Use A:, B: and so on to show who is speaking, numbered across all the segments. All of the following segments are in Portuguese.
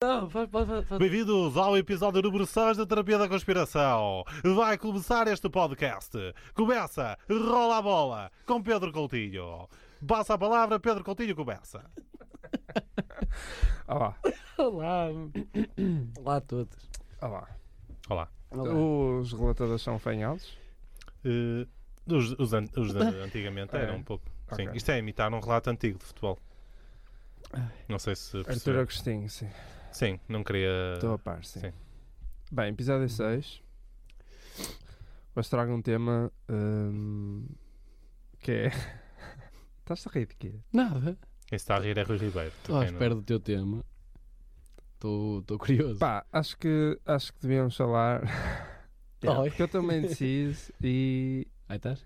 A: pode, pode, pode, pode.
B: Bem-vindos ao episódio número 6 da Terapia da Conspiração. Vai começar este podcast. Começa, rola a bola, com Pedro Coutinho. Passa a palavra, Pedro Coutinho começa.
C: Olá,
A: Olá. Olá a todos.
C: olá.
B: Olá.
A: Olá.
C: Os relatores são fanhosos?
B: Eh, os, os an- os de antigamente eram
C: É.
B: um pouco.
C: Ok.
B: Sim, isto é imitar um relato antigo de futebol. Não sei se
C: Arthur
B: percebeu.
C: Agostinho, sim.
B: Sim, não queria.
C: Estou a par, sim.
B: sim.
C: Bem, episódio 6. Hoje trago um tema hum, que é. Estás a rir de quê?
A: Nada.
B: Quem está a rir é Rui Ribeiro.
A: Estou à
B: Quem não- é?
A: espera do teu tema. Estou estou curioso.
C: Pá, acho que, acho que devíamos falar. Yeah,
A: Oi.
C: porque eu também deciso e.
A: Aí estás?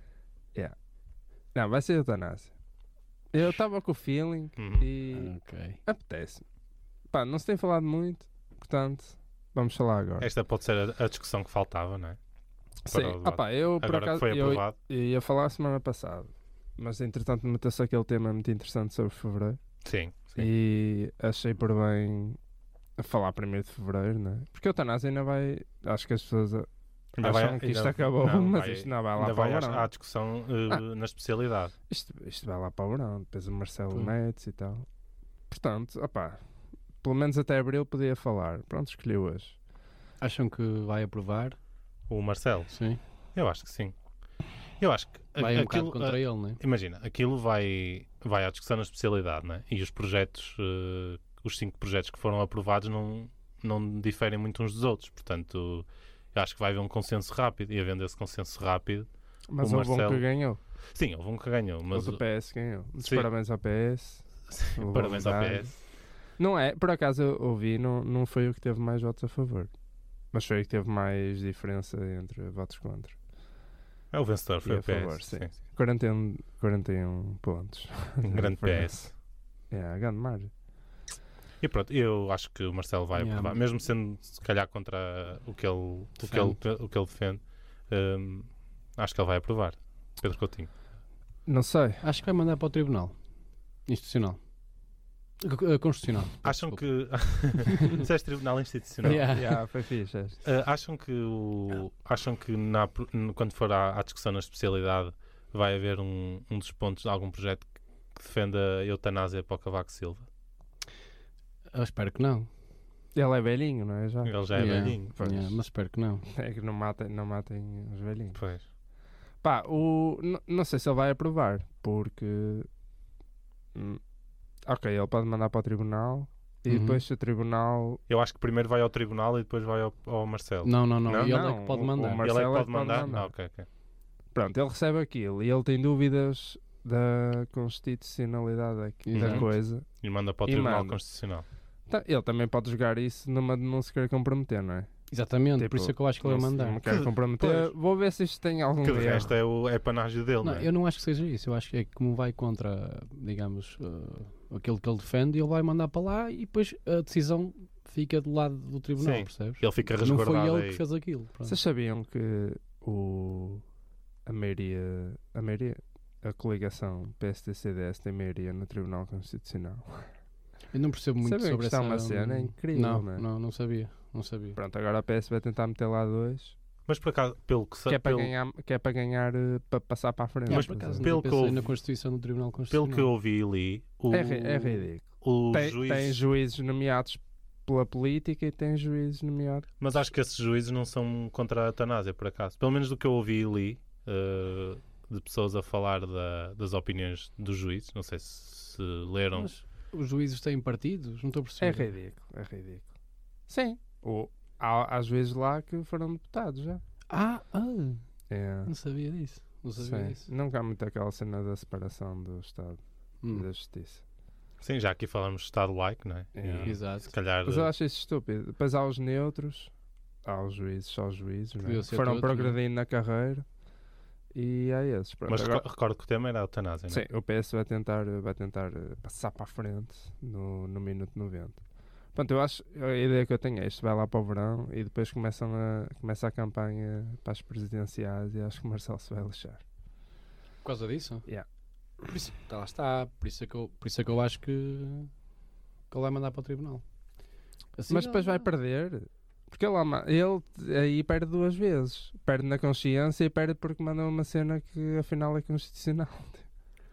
C: Não, vai ser eutanásia. Eu estava com o feeling
B: Uhum.
A: Hum.
C: e.
A: Ok.
C: apetece. Pá, não se tem falado muito, portanto, vamos falar agora.
B: Esta pode ser a, a discussão que faltava, não é?
C: Sim,
B: para o
C: ah, pá, eu por
B: Agora que
C: acaso
B: foi
C: eu,
B: aprovado.
C: eu ia falar a semana passada, mas entretanto meteu-se aquele tema muito interessante sobre fevereiro
B: Sim, sim.
C: e achei por bem falar primeiro de fevereiro, né? Porque a eutanásia ainda vai. Acho que as pessoas
B: Ainda
C: acham
B: vai-
C: que isto
B: ainda-
C: acabou,
B: não,
C: mas
B: vai-
C: isto não vai lá
B: Ainda
C: para
B: vai
C: o
B: à,
C: verão.
B: à discussão eh,
C: Ah.
B: na especialidade.
C: Isto, isto vai lá para o verão, depois o Marcelo
A: Pois.
C: Metz e tal. Portanto, opá, pelo menos até abril podia falar. Pronto, escolhi hoje.
A: Acham que vai aprovar?
B: O Marcelo,
A: Sim.
B: eu acho que sim. Eu acho que a-
A: Vai um
B: aquilo,
C: ah,
A: bocado contra
B: a-
A: ele, não é?
B: imagina, aquilo vai, vai à discussão na especialidade, né? E os projetos, eh, os cinco projetos que foram aprovados não, não diferem muito uns dos outros. Portanto, eu acho que vai haver um consenso rápido e havendo esse consenso rápido,
C: Mas
B: O
C: o houve um
B: Marcelo-
C: que ganhou.
B: sim, houve um que ganhou, mas
C: o do PS ganhou. Os
B: Sim.
C: Parabéns ao PS.
B: sim, parabéns ao
C: Verdade.
B: PS.
C: Não é, por acaso eu ouvi, não, não foi o que teve mais votos a favor. Mas foi o que teve mais diferença entre votos contra.
B: É o vencedor, foi
C: E a
B: o PS.
C: favor, sim.
B: sim, sim.
C: 41, 41 pontos.
B: Um grande PS.
C: É, a grande margem.
B: E pronto, eu acho que o Marcelo vai
A: Yeah.
B: aprovar, mesmo sendo se calhar contra o que ele, o que
A: Defende.
B: ele, o que ele defende, hum, acho que ele vai aprovar. Pedro Coutinho.
C: Não sei.
A: Acho que vai mandar para o Tribunal Institucional. C- eh, Constitucional.
B: Acham
A: Desculpa.
B: que. Se és tribunal institucional.
A: Yeah.
C: Já, foi fixe. este.
B: Uh, acham que o, acham que na apro- n- quando for à, à discussão na especialidade vai haver um, um dos pontos de algum projeto que, que defenda a eutanásia para o Cavaco Silva?
A: Eu espero que não.
C: Ele é velhinho, não é? Já.
B: Ele já é
A: Yeah.
B: velhinho.
C: Pois.
A: Yeah, mas espero que não.
C: É que não matem, não matem os velhinhos.
B: Pois.
C: Pá, o, n- não sei se ele vai aprovar, porque. hum, Ok, ele pode mandar para o tribunal e
A: Uhum.
C: depois, se o tribunal.
B: Eu acho que primeiro vai ao tribunal e depois vai ao, ao Marcelo.
A: Não, não, não.
C: Não,
A: ele é
C: não,
A: que pode
C: o- o
A: mandar.
C: Mar-
B: Ele é
C: Marcelo
B: que pode mandar? Ah, ok, ok.
C: Pronto, ele recebe aquilo e ele tem dúvidas da constitucionalidade aqui- da
A: Exato.
C: coisa.
B: E manda para o
C: E
B: Tribunal
C: manda.
B: Constitucional.
C: Tá, ele também pode jogar isso numa denúncia que quer comprometer, não é?
A: Exatamente,
C: Tipo,
A: por isso é que eu acho que ele
C: Não
A: vai
C: se-
A: mandar.
C: Não quer
B: Que-
C: comprometer. Vou ver se isto tem algum
B: Que de
C: erro.
B: resto é o é panágio dele, não,
A: Não,
B: é?
A: eu não acho que seja isso. Eu acho que é que como vai contra, digamos, eh, aquilo que ele defende, ele vai mandar para lá e depois a decisão fica do lado do tribunal,
B: Sim.
A: percebes?
B: Ele fica
A: Não
B: resguardado
A: foi ele
B: aí.
A: que fez aquilo. pronto.
C: Vocês sabiam que o, a maioria. A maioria. A coligação PSD-CDS tem maioria no Tribunal Constitucional.
A: Eu não percebo muito
C: Sabiam que
A: sobre
C: isto
A: essa... hum,
C: é uma cena incrível,
A: não,
C: não é?
A: não, não sabia. Não sabia.
C: Pronto, agora a PS vai tentar meter lá dois.
B: Mas por acaso, pelo que sei,
C: Que é para
B: pelo,
C: ganhar, que é para, ganhar eh, para passar para a frente.
A: Mas
B: Mas
A: É, Ah, por
C: estás a
A: acaso nunca
B: pelo
C: ver?
B: que
A: pensei
B: houve-
A: na Constituição do Tribunal
B: pelo
A: Constitucional.
B: que eu ouvi e li, o,
C: é, ri- é ridículo.
B: o
C: Tem,
B: juiz.
C: tem juízes nomeados pela política e tem juízes nomeados.
B: Mas acho que esses juízes não são contra a eutanásia, por acaso. Pelo menos do que eu ouvi e li eh, de pessoas a falar da- das opiniões dos juízes. Não sei se, se leram.
A: Mas os juízes têm partidos? Não estou a
C: É
A: perceber.
C: ridículo, é ridículo. Sim. Ou, há, há juízes lá que foram deputados já.
A: Ah, ah,
C: É.
A: não sabia disso. Não sabia
C: Sim.
A: disso.
C: Nunca há muito aquela cena da separação do Estado e
A: Hum,
C: da Justiça.
B: Sim, já aqui falamos de Estado laico, não é?
C: É.
B: E,
A: Exato.
B: se calhar.
C: Mas eu acho isso estúpido. Depois há os neutros, há os juízes, só os juízes, não é?
A: Deviam
C: Que
A: ser
C: foram
A: todos,
C: progredindo na carreira e há esses. Pronto,
B: Mas
C: agora-
B: reco- recordo que o tema era a eutanásia, não é?
C: Sim, o PS vai tentar, vai tentar eh, passar para a frente no, no minuto 90. Pronto, eu acho, a ideia que eu tenho é isto, vai lá para o verão e depois começam a, começa a campanha para as presidenciais e acho que o Marcelo se vai lixar.
A: Por causa disso?
C: Yeah.
A: Por isso, tá lá está. Por isso, é que eu, por isso é que eu acho que, que ele vai mandar para o tribunal. Assim,
C: mas depois
A: não,
C: vai
A: não.
C: perder. Porque ele, ama- ele t- aí perde duas vezes. Perde na consciência e perde porque mandou uma cena que afinal é constitucional.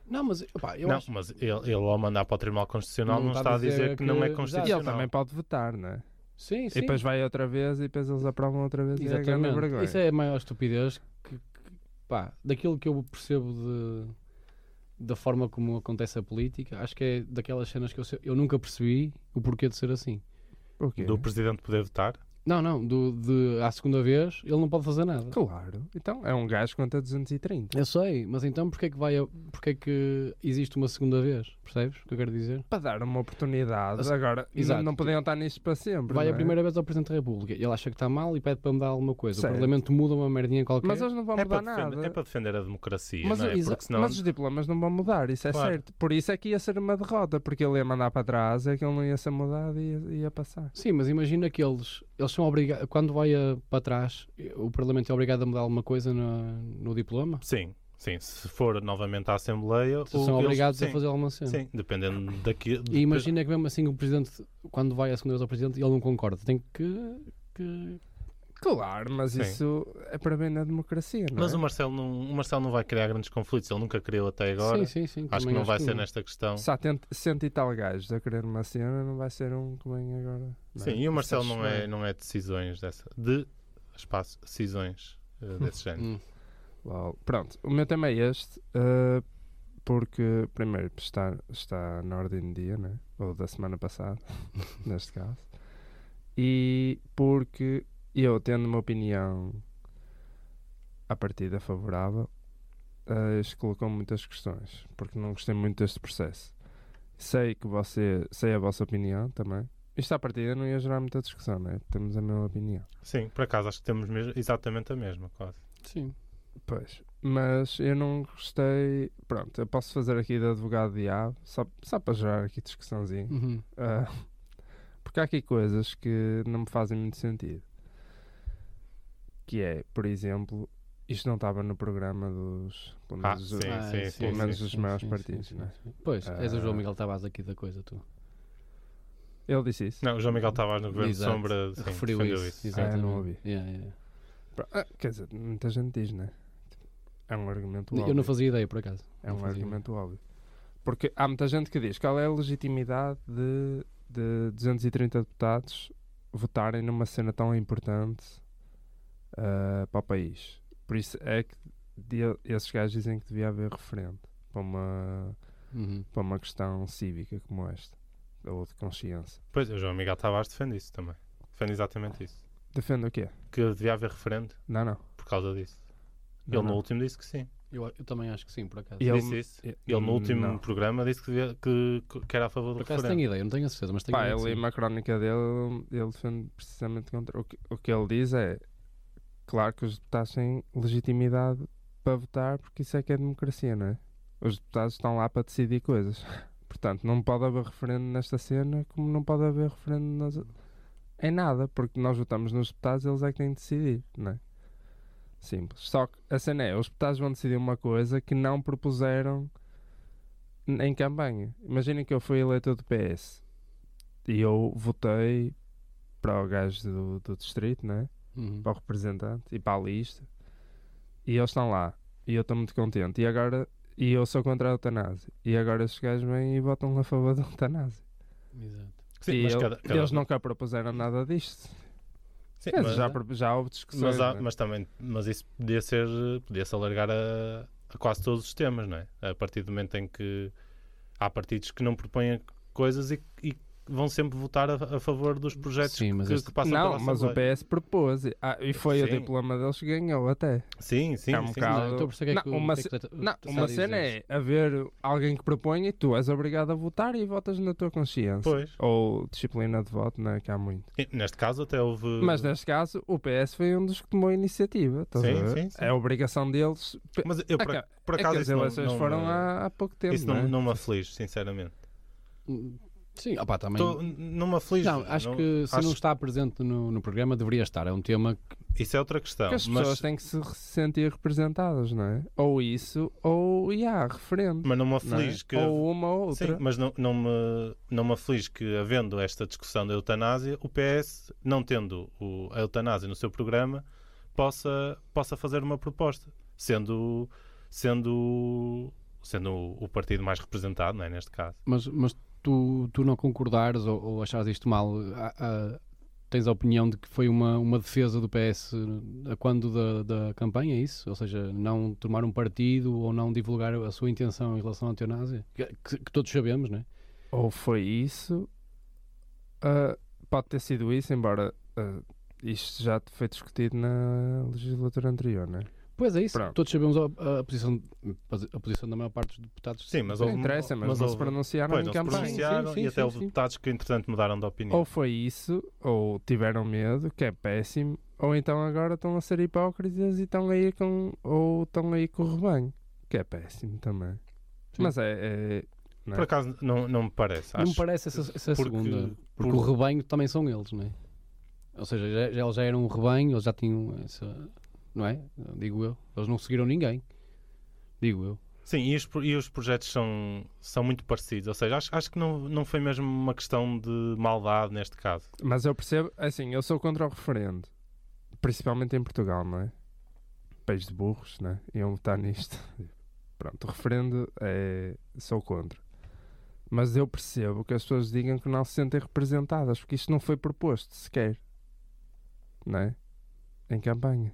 A: Não, mas opá, eu
B: não,
A: acho.
B: mas ele, ele ao mandar para o Tribunal Constitucional não, está a dizer que, não é
A: exato.
C: E ele
B: constitucional.
C: também pode votar, não é?
A: Sim, sim.
C: E depois vai outra vez e depois eles aprovam outra vez e é grande vergonha.
A: Isso é a maior estupidez que, que- pá, daquilo que eu percebo de, da forma como acontece a política, acho que é daquelas cenas que eu, se- eu nunca percebi o porquê de ser assim.
C: O quê?
B: Do Presidente poder votar?
A: Não, não, do, de, à segunda vez ele não pode fazer nada.
C: Claro. Então, é um gajo contra 230.
A: Eu sei, mas então porquê é que vai a- porquê é que existe uma segunda vez? Percebes o que eu quero dizer?
C: Para dar uma oportunidade.
A: Assim,
C: Agora,
A: exato.
C: não, não podiam estar nisto para sempre.
A: Vai
C: não
A: a
C: é?
A: primeira vez ao Presidente da República, ele acha que está mal e pede para mudar alguma coisa.
C: Certo.
A: O Parlamento muda uma merdinha qualquer.
C: Mas eles não vão
B: É para,
C: mudar
B: defender,
C: nada.
B: é para defender a democracia,
C: Mas,
B: não é?
C: exa-
B: Porque senão
C: mas os diplomas não vão mudar, isso é
B: Claro.
C: certo. Por isso é que ia ser uma derrota, porque ele ia mandar para trás, é que ele não ia ser mudado e ia, ia passar.
A: Sim, mas imagina que eles, eles são obrigados. Quando vai eh, para trás, eh, o Parlamento é obrigado a mudar alguma coisa na- no, diploma?
B: Sim, sim. Se for novamente à Assembleia,
A: Se
B: o-
A: são
B: eles-
A: obrigados
B: sim,
A: a fazer alguma cena.
B: Sim, dependendo daqui.
A: E imagina que mesmo assim o Presidente, quando vai a segunda vez ao Presidente, ele não concorda. Tem que. que-
C: Claro, mas
B: Sim.
C: isso é para bem na democracia, não
B: Mas
C: é?
B: o Marcelo, não, o Marcelo não vai criar grandes conflitos, ele nunca criou até agora.
A: sim, sim, sim.
B: acho que
A: também
B: não vai ser nesta questão.
C: Se há tent- cento e tal gajos a querer uma cena, não vai ser um que vem agora. não é?
B: Sim, e o Marcelo
C: Isso
B: não
C: acho
B: é,
C: bem.
B: não é de decisões dessa. De espaço, decisões eh, desse género.
A: Hum.
C: Lol. Pronto, o meu tema é este, eh, porque primeiro está, está na ordem do dia, né? ou da semana passada, neste caso, e porque eu, tendo uma opinião à partida favorável, eh, isto colocou muitas questões, porque não gostei muito deste processo. Sei que você, sei a vossa opinião também. Isto à partida não ia gerar muita discussão, né? Temos a mesma opinião.
B: Sim, por acaso acho que temos mesmo- exatamente a mesma, quase.
A: Sim.
C: Pois, mas eu não gostei. Pronto, eu posso fazer aqui de advogado diabo, só, só para gerar aqui discussãozinha.
A: Uhum.
C: Ah, porque há aqui coisas que não me fazem muito sentido. Que é, por exemplo, isto não estava no programa dos. Pelo
B: Ah,
C: menos, os-
B: Sim, sim, sim,
C: pelo menos os maiores partidos, né?
A: sim. Pois, és o João
C: Ah.
A: Miguel Tavares aqui da coisa, tu.
C: Ele disse isso.
B: Não, o João Miguel Tavares no Governo de
A: Exato.
B: Sombra sim,
A: Referiu
B: defendeu
A: isso.
B: isso.
C: Ah, eu
A: Exatamente.
C: não ouvi.
A: Yeah, yeah.
C: Pro- ah, quer dizer, muita gente diz, né? É um argumento
A: Eu não
C: óbvio.
A: fazia ideia, por acaso.
C: É
A: Não
C: um
A: fazia
C: argumento óbvio. Porque há muita gente que diz qual é a legitimidade de, de 230 deputados votarem numa cena tão importante ah, para o país. Por isso é que de- esses gajos dizem que devia haver referendo para uma,
A: Uhum.
C: para uma questão cívica como esta, ou de consciência.
B: Pois, o João Miguel Tavares defende isso também. Defende exatamente isso.
C: Defende o quê?
B: Que devia haver referendo
C: Não, não.
B: por causa disso.
C: Não,
B: ele no
C: não.
B: último disse que sim.
A: Eu, eu também acho que sim, por acaso.
C: Uhum. E Ele-
B: disse isso.
C: e-
B: Ele no último
C: Eh, hum, não.
B: programa disse que, devia- que, que era a favor do
A: Por acaso
B: referendo.
A: tenho ideia, não tenho a certeza, mas tenho
C: Pá, é
A: ideia.
C: eu
A: que
C: li
A: sim.
C: uma crónica dele, ele defende precisamente contra. O que, o que ele diz é: claro que os deputados têm legitimidade para votar, porque isso é que é democracia, não é? Os deputados estão lá para decidir coisas. Portanto, não pode haver referendo nesta cena, como não pode haver referendo nas- em nada, porque nós votamos nos deputados, eles é que têm de decidir, não é? Simples. Só que a cena é: os deputados vão decidir uma coisa que não propuseram em campanha. Imaginem que eu fui eleitor do PS e eu votei para o gajo do, do distrito, né?
A: Uhum.
C: para o representante e para a lista, e eles estão lá, e eu estou muito contente. E agora, e eu sou contra a eutanásia, e agora estes gajos vêm e votam a favor da eutanásia.
A: Exato.
B: Sim,
C: e
B: mas
C: eu-
B: cada- cada-
C: eles nunca propuseram nada disto.
B: Sim,
C: Quer dizer,
B: mas, né?
C: já, pro- já houve discussões.
B: mas há-
C: né?
B: mas também, mas isso podia ser, podia-se alargar a, a quase todos os temas, não é? A partir do momento em que há partidos que não propõem coisas e, e vão sempre votar a, a favor dos projetos
A: Sim, mas
B: que,
A: este-
B: que passam
C: não,
B: pela
C: mas o
B: Assembleia.
C: PS propôs e, ah, e foi o
B: Sim.
C: diploma deles que ganhou até.
B: Sim, sim,
C: É um
B: sim.
C: bocado-
A: Não, eu estou a perceber o que é
C: Não,
A: que o-
C: uma
A: o que é que tu-
C: Não,
A: tu
C: uma
A: estás a
C: cena
A: dizer.
C: é haver alguém que propõe e tu és obrigado a votar e votas na tua consciência.
B: Pois.
C: Ou disciplina de voto, né, que há muito.
B: E Neste caso até houve.
C: Mas eh, neste caso, o PS foi um dos que tomou a iniciativa. estás a
B: Sim,
C: ver?
B: sim, sim.
C: É a obrigação deles. Pe-
B: Mas eu, por,
C: É que-
B: por
C: é que
B: acaso,
C: as
B: isso não-
C: eleições
B: não
C: foram
B: me-
A: é?
C: há, há pouco tempo. né?
B: Isso não,
C: não é?
B: não me aflige, sinceramente.
A: Sim, opá, também.
B: Tô- n- não me aflige.
A: Não, acho que se
B: acho-
A: não está presente no, no programa, deveria estar. É um tema que.
B: Isso é outra questão.
C: Porque as
B: mas,
C: pessoas têm que se re- sentir representadas, não é? Ou isso, ou yeah, referente.
B: mas não me
C: não é?
B: aflige que.
C: Ou uma ou
B: Sim,
C: outra.
B: mas não, não, me, não me aflige que, havendo esta discussão da eutanásia, o PS, não tendo o- a eutanásia no seu programa, possa, possa fazer uma proposta, sendo, sendo, sendo o, o partido mais representado, não é, neste caso.
A: Mas, mas tu, tu não concordares ou, ou achares isto mal, a- a- tens a opinião de que foi uma, uma defesa do PS a quando da, da campanha, é isso? Ou seja, não tomar um partido ou não divulgar a sua intenção em relação à eutanásia? Que, que- que todos sabemos, não é?
C: Ou foi isso, ah, pode ter sido isso, embora ah, isto já foi discutido na legislatura anterior, não é?
A: Pois é isso.
C: Pronto.
A: Todos sabemos a, a posição, a posição da maior parte dos deputados.
B: Sim, mas
C: Não
B: houve,
C: interessa, mas, não se
B: houve-
C: pronunciaram
B: pois,
C: em
B: não se
C: campanha.
B: pronunciaram
A: Sim, sim,
B: e até
A: sim,
B: houve
A: sim.
B: deputados que, entretanto, mudaram de opinião.
C: Ou foi isso, ou tiveram medo, que é péssimo, ou então agora estão a ser hipócritas e estão aí com. ou estão aí com o rebanho, que é péssimo também.
A: Sim.
C: Mas é. é- não é?
B: Por acaso, não, não me parece.
A: Não me
B: acho
A: parece essa, essa
B: porque-
A: segunda. Porque
B: porque-
A: o rebanho também são eles, não é? Ou seja, já, já- eles já eram um rebanho, eles já tinham essa. Não é? Digo eu. Eles não seguiram ninguém. Digo eu.
B: Sim, e os, pro- e os projetos são, são muito parecidos. Ou seja, acho, acho que não, não foi mesmo uma questão de maldade neste caso.
C: Mas eu percebo, assim, eu sou contra o referendo, principalmente em Portugal, não é? País de burros, não é? Iam votar nisto. Pronto, o referendo é. sou contra. Mas eu percebo que as pessoas digam que não se sentem representadas, porque isto não foi proposto sequer. Não é? Em campanha.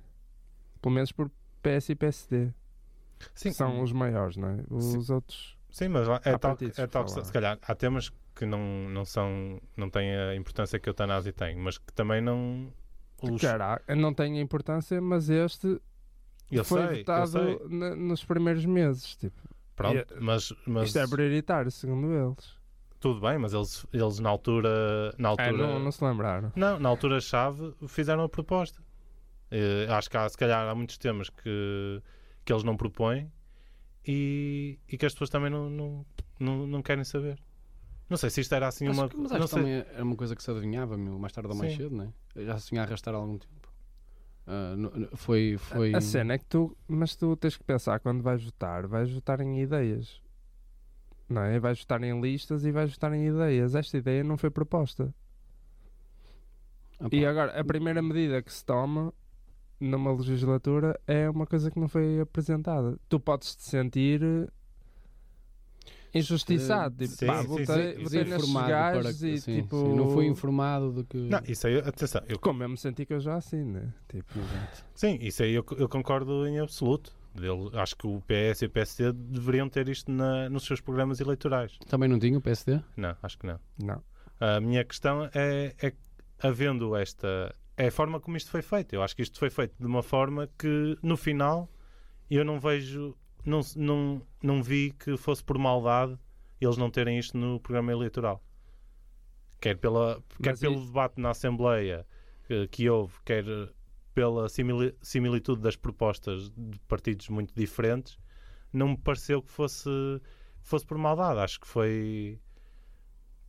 C: Pelo menos por PS e PSD.
B: Sim,
C: que são os maiores, não é? Os
B: Sim.
C: outros.
B: Sim, mas lá- é
C: Há
B: tal,
C: partidos
B: é
C: que
B: tal que,
C: falam.
B: se calhar há temas que não, não são não têm a importância que a eutanásia tem, mas que também não os,
C: Caraca, não têm importância, mas este
B: eu
C: foi
B: sei, eu
C: votado
B: sei,
C: na- nos primeiros meses. Tipo.
B: pronto,
C: Yeah.
B: mas, mas
C: Isto é prioritário, segundo eles.
B: tudo bem, mas eles, eles na altura na altura
C: É, não, não se lembraram.
B: Não, na altura chave fizeram a proposta. Eh, acho que há, se calhar há muitos temas que, que eles não propõem e, e que as pessoas também não, não, não, não querem saber. Não sei se isto era assim
A: Acho
B: uma.
A: que- mas acho
B: não
A: que
B: sei,
A: também era uma coisa que se adivinhava, meu, mais tarde ou mais
B: Sim.
A: cedo, não é? Já se tinha a arrastar há algum tempo. Ah, no- no- foi. foi...
C: A cena é que tu, mas tu tens que pensar quando vais votar, vais votar em ideias, não é? Vais votar em listas e vais votar em ideias. Esta ideia não foi proposta.
A: Ah, pá.
C: E agora, a primeira medida que se toma numa legislatura é uma coisa que não foi apresentada. Tu podes te sentir eh, injustiçado, tipo,
B: Sim,
C: pá,
B: sim,
C: votei,
B: sim.
C: votei nestes
A: Desinformado
C: gajos
A: para-
C: e
A: sim, sim.
C: tipo.
A: Não fui informado do que.
B: não, isso aí, atenção, eu,
C: Como eu me senti que eu já assim, né? Tipo,
A: Exato.
B: sim, isso aí eu, eu concordo em absoluto. Ele- acho que o PS e o PSD deveriam ter isto na- nos seus programas eleitorais.
A: Também não tinha o PSD?
B: Não, acho que não.
C: não.
B: A minha questão é, é que, havendo esta. É a forma como isto foi feito. Eu acho que isto foi feito de uma forma que, no final, eu não vejo. Não, se- não, não vi que fosse por maldade eles não terem isto no programa eleitoral. Quer, pela, quer
C: Mas
B: pelo
C: e-
B: debate na Assembleia eh, que houve, quer eh, pela simili- similitude das propostas de partidos muito diferentes, não me pareceu que fosse, que fosse por maldade. Acho que foi.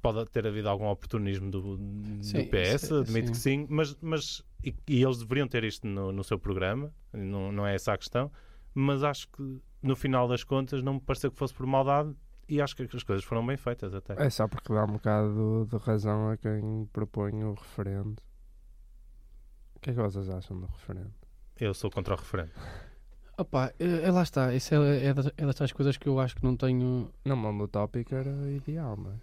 B: Pode ter havido algum oportunismo do, do
A: Sim,
B: PS,
A: sim,
B: admito
A: sim.
B: que sim, mas, mas e, e eles deveriam ter isto no, no seu programa, não, não é essa a questão, mas acho que no final das contas não me pareceu que fosse por maldade e acho que as coisas foram bem feitas até.
C: É só porque dá um bocado de razão a quem propõe o referendo. O que é que vocês acham do referendo?
B: Eu sou contra o referendo.
A: Opa, é, é lá está. Isso é, é, das, é destas coisas que eu acho que não tenho.
C: No mundo utópico era ideal, não é?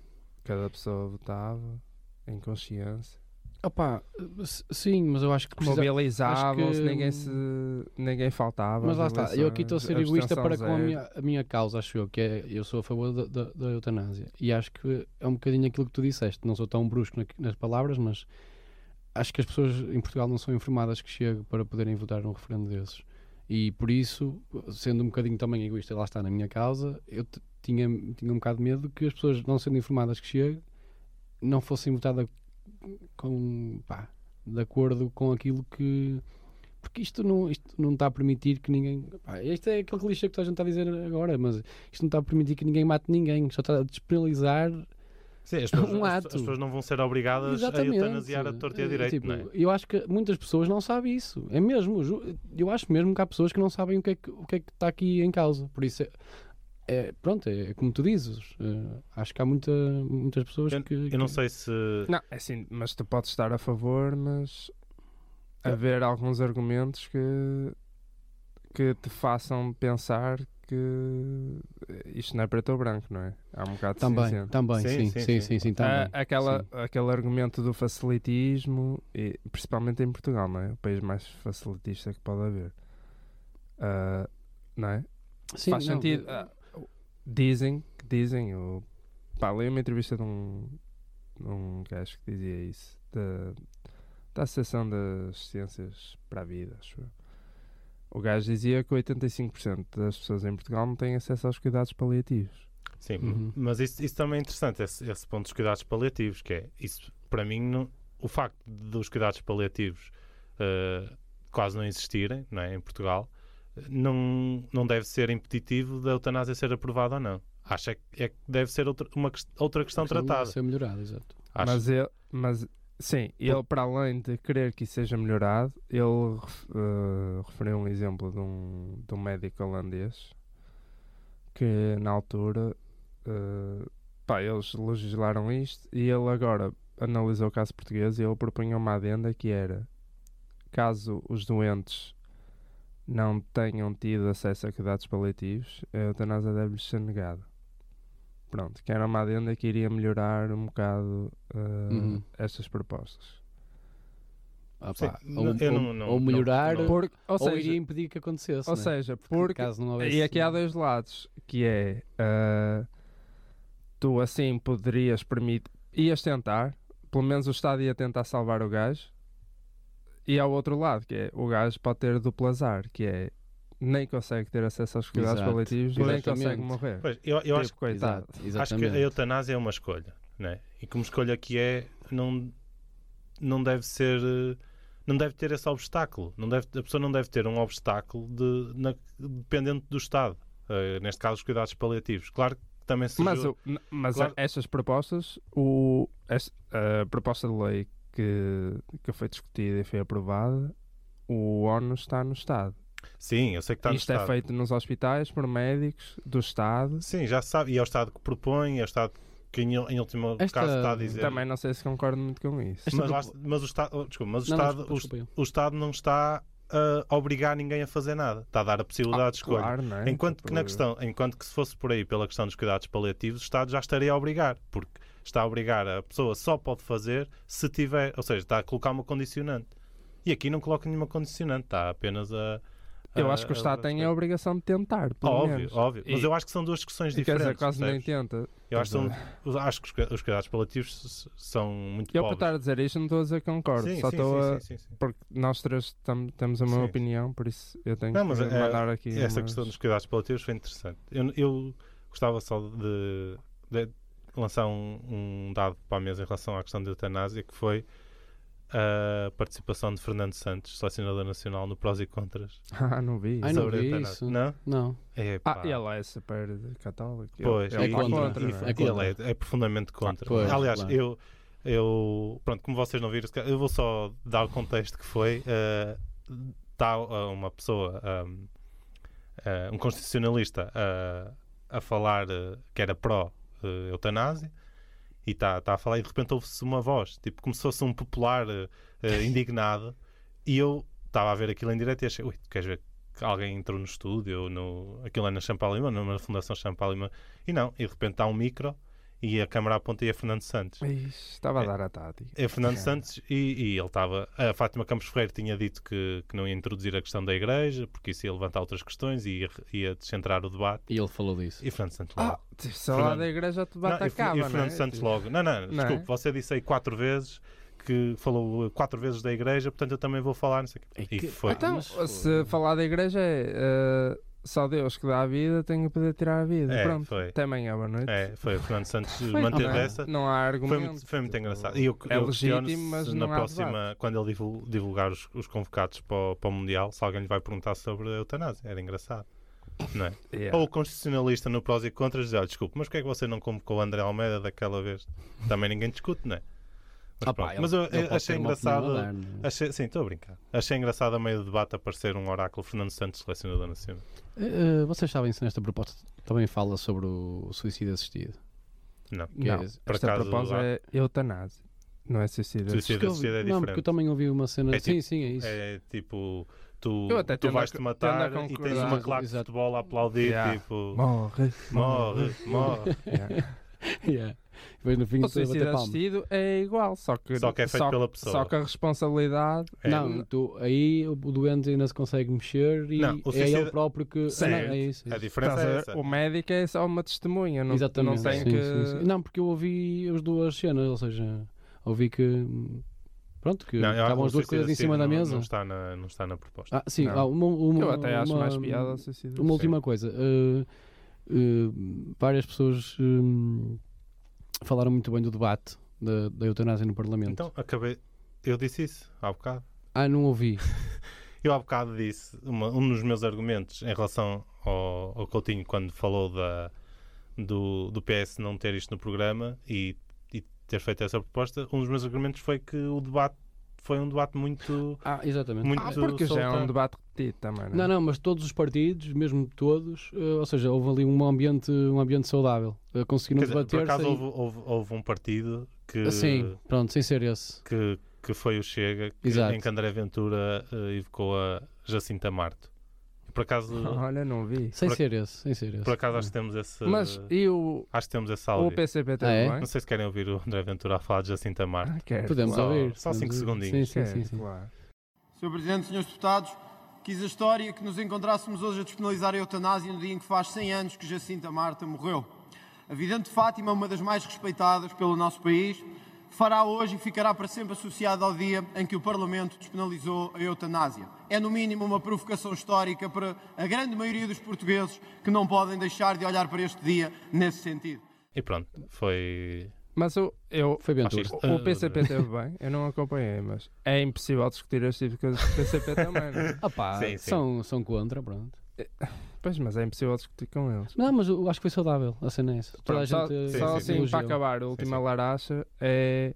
C: Cada pessoa votava em consciência.
A: Opa, s- sim, mas eu acho que precisa-
C: Mobilizavam-se,
A: acho que-
C: ninguém, se, ninguém faltava.
A: Mas lá
C: às
A: está, eu aqui estou a ser egoísta para
C: eleições,
A: com a
C: abstenção
A: minha, a minha causa, acho eu, que é eu sou a favor da, da, da eutanásia. E acho que é um bocadinho aquilo que tu disseste. Não sou tão brusco na- nas palavras, mas acho que as pessoas em Portugal não são informadas que chegam para poderem votar num referendo desses. E por isso, sendo um bocadinho também egoísta, lá está na minha causa, eu t- tinha, tinha um bocado de medo que as pessoas, não sendo informadas que chegam, não fossem votadas com, pá, de acordo com aquilo que. Porque isto não, isto não está a permitir que ninguém. Pá, isto é aquele clichê que toda a gente está a dizer agora, mas isto não está a permitir que ninguém mate ninguém, só está a despenalizar
B: Sim, as pessoas,
A: Um
B: as-
A: ato.
B: As, pessoas não vão ser obrigadas a eutanasiar a torta e a
A: Eh,
B: direito,
A: tipo,
B: não é?
A: Eu acho que muitas pessoas não sabem isso. É mesmo. ju- Eu acho mesmo que há pessoas que não sabem o que é que, o que, é que está aqui em causa. Por isso é. é- pronto, é, como tu dizes. eh, acho que há muita, muitas pessoas
B: Eu,
A: que.
B: eu não sei se.
C: Não, é assim, mas tu podes estar a favor, mas
A: É.
C: haver alguns argumentos que, que te façam pensar que isto não é preto ou branco, não é? Há um bocado de
A: Também,
C: cinzento.
A: também,
B: Sim,
A: sim, sim,
B: sim,
A: sim,
B: sim.
A: sim, também.
C: Ah, aquela,
A: sim.
C: aquele argumento do facilitismo, e, principalmente em Portugal, não é? O país mais facilitista que pode haver. Ah, não é?
A: Sim,
C: faz
A: não,
C: sentido.
A: eh,
C: Ah, dizem, dizem, eu, pá, li uma entrevista de um, de um gajo que dizia isso, da, da Associação das Ciências para a Vida, acho eu. O gajo dizia que 85% das pessoas em Portugal não têm acesso aos cuidados paliativos.
B: Sim,
A: Uhum.
B: mas isso, isso também é interessante, esse, esse ponto dos cuidados paliativos, que é isso, para mim, não- o facto dos cuidados paliativos eh, quase não existirem não é, em Portugal não, não deve ser impeditivo da eutanásia ser aprovada ou não. Acho é que, é que deve ser outra, uma, quest- outra questão
A: precisa
B: tratada.
A: Ser é melhorado, exato.
B: Acho.
C: Mas ele, mas sim, ele para além de querer que isso seja melhorado, ele ref- eh, referiu um exemplo de um, de um médico holandês que na altura eh, pá, eles legislaram isto e ele agora analisou o caso português e ele propunha uma adenda que era caso os doentes não tenham tido acesso a cuidados paliativos, a eutanásia deve-lhes ser negada. Pronto, que era uma adenda que iria melhorar um bocado eh,
A: Uhum.
C: estas propostas.
A: Ah,
B: Sim,
A: pá,
B: não-
A: ou,
B: eu
A: ou-
B: não- não-
A: ou
B: não-
A: melhorar,
B: não-
A: ou,
C: Porque- ou,
A: iria
C: seja,
A: impedir que acontecesse.
C: ou
A: né?
C: seja, porque
A: caso não houvesse.
C: E aqui há dois lados, que é ah, tu assim poderias permitir, ias tentar, pelo menos o Estado ia tentar salvar o gajo, e ao outro lado, que é o gajo pode ter duplo azar, que é nem consegue ter acesso aos cuidados
A: Exato,
C: paliativos, nem
A: exatamente.
C: consegue morrer.
B: Pois, eu, eu
C: Tipo,
B: acho,
C: coitado.
A: Exato,
B: acho que a
A: exatamente.
B: eutanásia é uma escolha, não é? e como escolha que é, não, não deve ser. eh, Não deve ter esse obstáculo. Não deve, a pessoa não deve ter um obstáculo de, na- dependente do Estado. Eh, neste caso, os cuidados paliativos. Claro que também se.
C: Mas,
B: ju-
C: o- n- mas
B: Claro.
C: a- estas propostas, o, es- a proposta de lei que, que foi discutida e foi aprovada, o ónus está no Estado.
B: Sim, eu sei que está no
C: Isto é
B: Estado.
C: feito nos hospitais por médicos do Estado.
B: Sim, já se sabe. E é o Estado que propõe, é o Estado que, em, em último
A: Esta-
B: caso, está a dizer.
C: Também não sei se concordo muito com isso.
A: Esta
B: é. Mas, lá-
A: propo-
B: mas o Estado. oh, desculpa, mas o
A: Não, não,
B: Estado,
A: desculpa,
B: o-
A: desculpa eu.
B: o Estado não está ah, a obrigar ninguém a fazer nada. Está a dar a possibilidade de escolha.
C: Claro, não é?
B: Enquanto que na
C: Tipo,
B: questão, enquanto que se fosse por aí pela questão dos cuidados paliativos, o Estado já estaria a obrigar, porque está a obrigar a pessoa só pode fazer se tiver, ou seja, está a colocar uma condicionante. E aqui não coloca nenhuma condicionante, está apenas a. a-
C: Eu acho que o Estado tem a obrigação de tentar, pelo
B: Ah, Óbvio,
C: menos.
B: óbvio. Mas é
C: E-
B: eu acho que são duas discussões
C: Quer
B: diferentes.
C: dizer, quase nem
B: percebes?
C: tenta.
B: eu acho que, são- os- acho que os cu- os cuidados paliativos s- são muito
C: Eu, para
B: pobres.
C: estar a dizer isto, não estou a dizer que concordo.
B: Sim,
C: só
B: sim,
C: estou
B: sim, sim,
C: a.
B: sim, sim.
C: Porque nós três tam- temos a
B: Sim,
C: mesma
B: sim.
C: opinião, por isso eu tenho
B: Não,
C: que
B: mas, é,
C: mandar aqui.
B: Essa
C: umas-
B: questão dos cuidados paliativos foi interessante. Eu, eu gostava só de, de lançar um, um dado para a mesa em relação à questão da eutanásia, que foi a participação de Fernando Santos, selecionador nacional, no Prós e Contras.
C: Ah, não vi.
A: Ai,
C: isso.
A: não
B: sobre a
A: vi
B: eutanásia.
A: isso.
B: Não?
A: Não.
B: É,
C: Ah,
B: pá.
C: ele é super católico. Ele-
B: Pois,
C: ele
B: e-
C: está
B: e-
C: contra,
B: e-
C: não
A: é contra.
B: ele é, é profundamente contra.
A: Pois,
B: Aliás,
A: claro.
B: eu, eu. Pronto, como vocês não viram, se calhar- eu vou só dar o contexto que foi. Está uma pessoa, um, eh, um constitucionalista, eh, a falar eh, que era eh, pró-eutanásia. e está tá a falar, e de repente ouve-se uma voz, tipo como se fosse um popular eh, eh, indignado. e eu estava a ver aquilo em direto e achei, ui, queres ver que alguém entrou no estúdio, ou no, aquilo é na Champalima, numa Fundação Champalima, e não, e de repente há um micro e a câmara aponta e é Fernando Santos.
C: Ixi, Estava a dar a tática.
B: É Fernando
C: Cara.
B: Santos e, e ele estava. A Fátima Campos Ferreira tinha dito que, que não ia introduzir a questão da igreja, porque isso ia levantar outras questões e ia, ia descentrar o debate.
A: E ele falou disso.
B: E Fernando Santos logo.
C: Ah, se lá
B: Fernando-
C: da igreja te
B: Não,
C: bate a
B: e, Fer-
C: cava,
B: e
C: não é?
B: Fernando Santos logo. Não, não,
C: Não é?
B: desculpe, você disse aí quatro vezes que falou eh, quatro vezes da igreja, portanto eu também vou falar, não sei o quê.
A: É
B: E
A: que-
B: foi.
A: Ah,
C: Então,
A: mas foi-
C: se falar da igreja é eh, só Deus que dá a vida, tem que poder tirar a vida.
B: É,
C: Pronto.
B: foi.
C: Até amanhã, boa noite.
B: É, foi o Fernando Santos
C: Foi,
B: manteve
C: não, é?
B: essa.
C: Não há
B: Foi
C: argumento.
B: muito, foi muito
C: tipo,
B: engraçado. E eu,
C: é
B: eu
C: legítimo,
B: questiono
C: mas
B: se
C: não
B: na
C: há
B: próxima,
C: debate.
B: quando ele divul- divulgar os, os convocados para o, para o Mundial, se alguém lhe vai perguntar sobre a eutanásia. Era engraçado. não é?
C: Yeah.
B: Ou o constitucionalista no prós e contras diz, olha, desculpe, mas porquê é que você não convocou o André Almeida daquela vez? Também ninguém discute, não é? Mas,
A: Ah, pá,
B: pronto.
A: ele-
B: Mas eu,
A: ele
B: eu
A: pode
B: achei
A: ter uma opinião
B: engraçado...
A: a dar, não é?
B: Achei, sim, estou a brincar. Achei engraçado a meio do debate aparecer um oráculo Fernando Santos, selecionador nacional.
A: Eh, eh, vocês sabem se nesta proposta também fala sobre o suicídio assistido?
B: Não.
A: Que
C: Não,
A: é-
B: por
C: esta
B: acaso,
C: proposta
B: há-
C: é eutanásia, não é suicídio.
B: Suicídio.
A: Porque eu-
B: assistido é
A: não,
B: diferente.
A: porque eu também ouvi uma cena.
B: É
A: sim,
B: tipo-
A: sim, é isso.
B: É tipo, tu,
C: Eu até
B: tu
C: tendo a
B: vais-te
C: co-
B: matar
C: tendo a
B: e tens
C: concordar.
B: uma claque de
A: Exato.
B: futebol a aplaudir,
C: Yeah.
B: tipo,
C: Morre,
B: morre, morre.
C: Yeah.
A: Yeah. Depois no fim
C: O
A: tu bater
C: suicídio
A: palma.
C: assistido é igual, só que,
B: Só que é feito pela pessoa.
C: Só que a responsabilidade
B: É.
A: Não, tu, aí o doente ainda se consegue mexer e
B: Não, o
A: é
B: suicídio-
A: ele próprio que. Ah, não,
B: Certo.
A: é isso. é
B: A
A: isso.
B: diferença é
C: Estás a
B: essa.
C: ver? O médico é só uma testemunha, não,
A: Exatamente.
C: não tem
A: sim,
C: que.
A: sim, sim. Não, porque eu ouvi as duas cenas, ou seja, ouvi que. hum, Pronto, que
B: Não, eu acho que
A: estavam as
B: o
A: duas coisas em
B: suicídio
A: cima da
B: não-
A: mesa.
B: Não está na, não está na proposta.
A: Ah, sim,
C: Não.
A: ah, uma, uma,
C: Eu até acho
A: uma-
C: mais piada ao suicídio.
A: Uma
B: Sim.
A: última coisa. uh, uh, várias pessoas um, falaram muito bem do debate da, da eutanásia no Parlamento.
B: Então, acabei. Eu disse isso há bocado.
A: Ah, não ouvi.
B: Eu há bocado disse uma- um dos meus argumentos em relação ao, ao Coutinho quando falou da, do, do PS não ter isto no programa e, e ter feito essa proposta, um dos meus argumentos foi que o debate foi um debate muito.
A: Ah, exatamente.
B: muito
C: Ah, porque já é
B: solta.
C: um debate repetido também, né?
A: Não, não, mas todos os partidos, mesmo todos, uh, ou seja, houve ali um ambiente, um ambiente saudável. Uh,
B: Quer
A: conseguiram
B: dizer, por
A: debater.
B: acaso houve, houve- houve um partido que,
A: Sim, pronto, sem ser esse.
B: que, que foi o Chega, que,
A: Exato.
B: em que André Ventura eh, evocou a Jacinta Marto. Por acaso,
C: Olha, não vi.
A: Sem
B: por-
A: ser esse, sem ser esse.
B: por acaso acho que temos esse.
C: Mas e o,
B: Acho que temos esse
C: o
B: áudio.
C: PCP
A: Ah,
C: também?
A: é?
B: Não sei se querem ouvir o André Ventura a falar de Jacinta Marto.
C: Ah, quero,
A: Podemos
B: Só-
C: claro.
A: ouvir.
B: só cinco
A: podemos ouvir.
B: segundinhos.
A: Sim, sim, sim.
C: Quero,
A: sim.
C: É, claro.
D: Sr. Presidente, Srs. Deputados, quis a história que nos encontrássemos hoje a despenalizar a eutanásia no dia em que faz 100 anos que Jacinta Marta morreu. A vidente Fátima, uma das mais respeitadas pelo nosso país, fará hoje e ficará para sempre associada ao dia em que o Parlamento despenalizou a eutanásia. É, no mínimo, uma provocação histórica para a grande maioria dos portugueses que não podem deixar de olhar para este dia nesse sentido.
B: E pronto, foi.
C: Mas o, eu,
A: Foi Ventura.
B: Machista.
C: o, o PCP teve bem, eu não acompanhei, mas é impossível discutir este tipo de coisas com o PCP também. não é?
A: Ah pá,
B: Sim, sim.
A: São, são contra, pronto.
C: Pois, mas é impossível discutir com eles.
A: Não, mas eu acho que foi saudável a cena essa. Toda a
C: Pronto, só
A: gente,
B: Sim,
A: eh,
C: só
B: sim, sim.
C: assim,
A: elogiou.
C: para acabar, a última
B: sim.
C: laracha é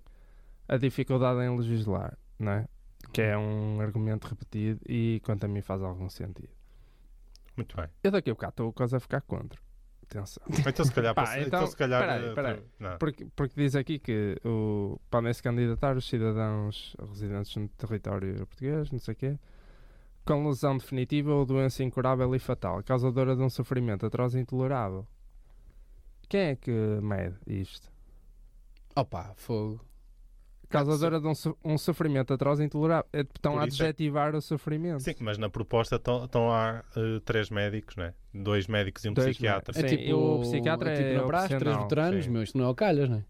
C: a dificuldade em legislar, não é? Que é um argumento repetido e, quanto a mim, faz algum sentido.
B: Muito bem.
C: Eu daqui a bocado estou quase a ficar contra. Atenção.
B: Então, se calhar.
C: Pá,
B: passa-
C: então,
B: se calhar
C: peraí,
B: eh,
C: peraí.
B: não.
C: Porque, porque diz aqui que o, podem se candidatar os cidadãos residentes no território português, não sei o quê, com lesão definitiva ou doença incurável e fatal, causadora de um sofrimento atroz e intolerável. Quem é que mede isto?
A: Opa, fogo.
C: Causadora de um, so- um sofrimento atroz e intolerável. É, Estão
B: Por
C: a
B: isso é-
C: adjetivar o sofrimento.
B: Sim, mas na proposta estão lá eh, três médicos, né? Dois médicos e um
C: Dois
B: psiquiatra.
A: É
C: Sim,
A: tipo,
C: o psiquiatra
A: é tipo
C: é
A: na praxe, três
C: opcional,
A: veteranos,
B: sim.
A: meu, isto não é o calhas, não é?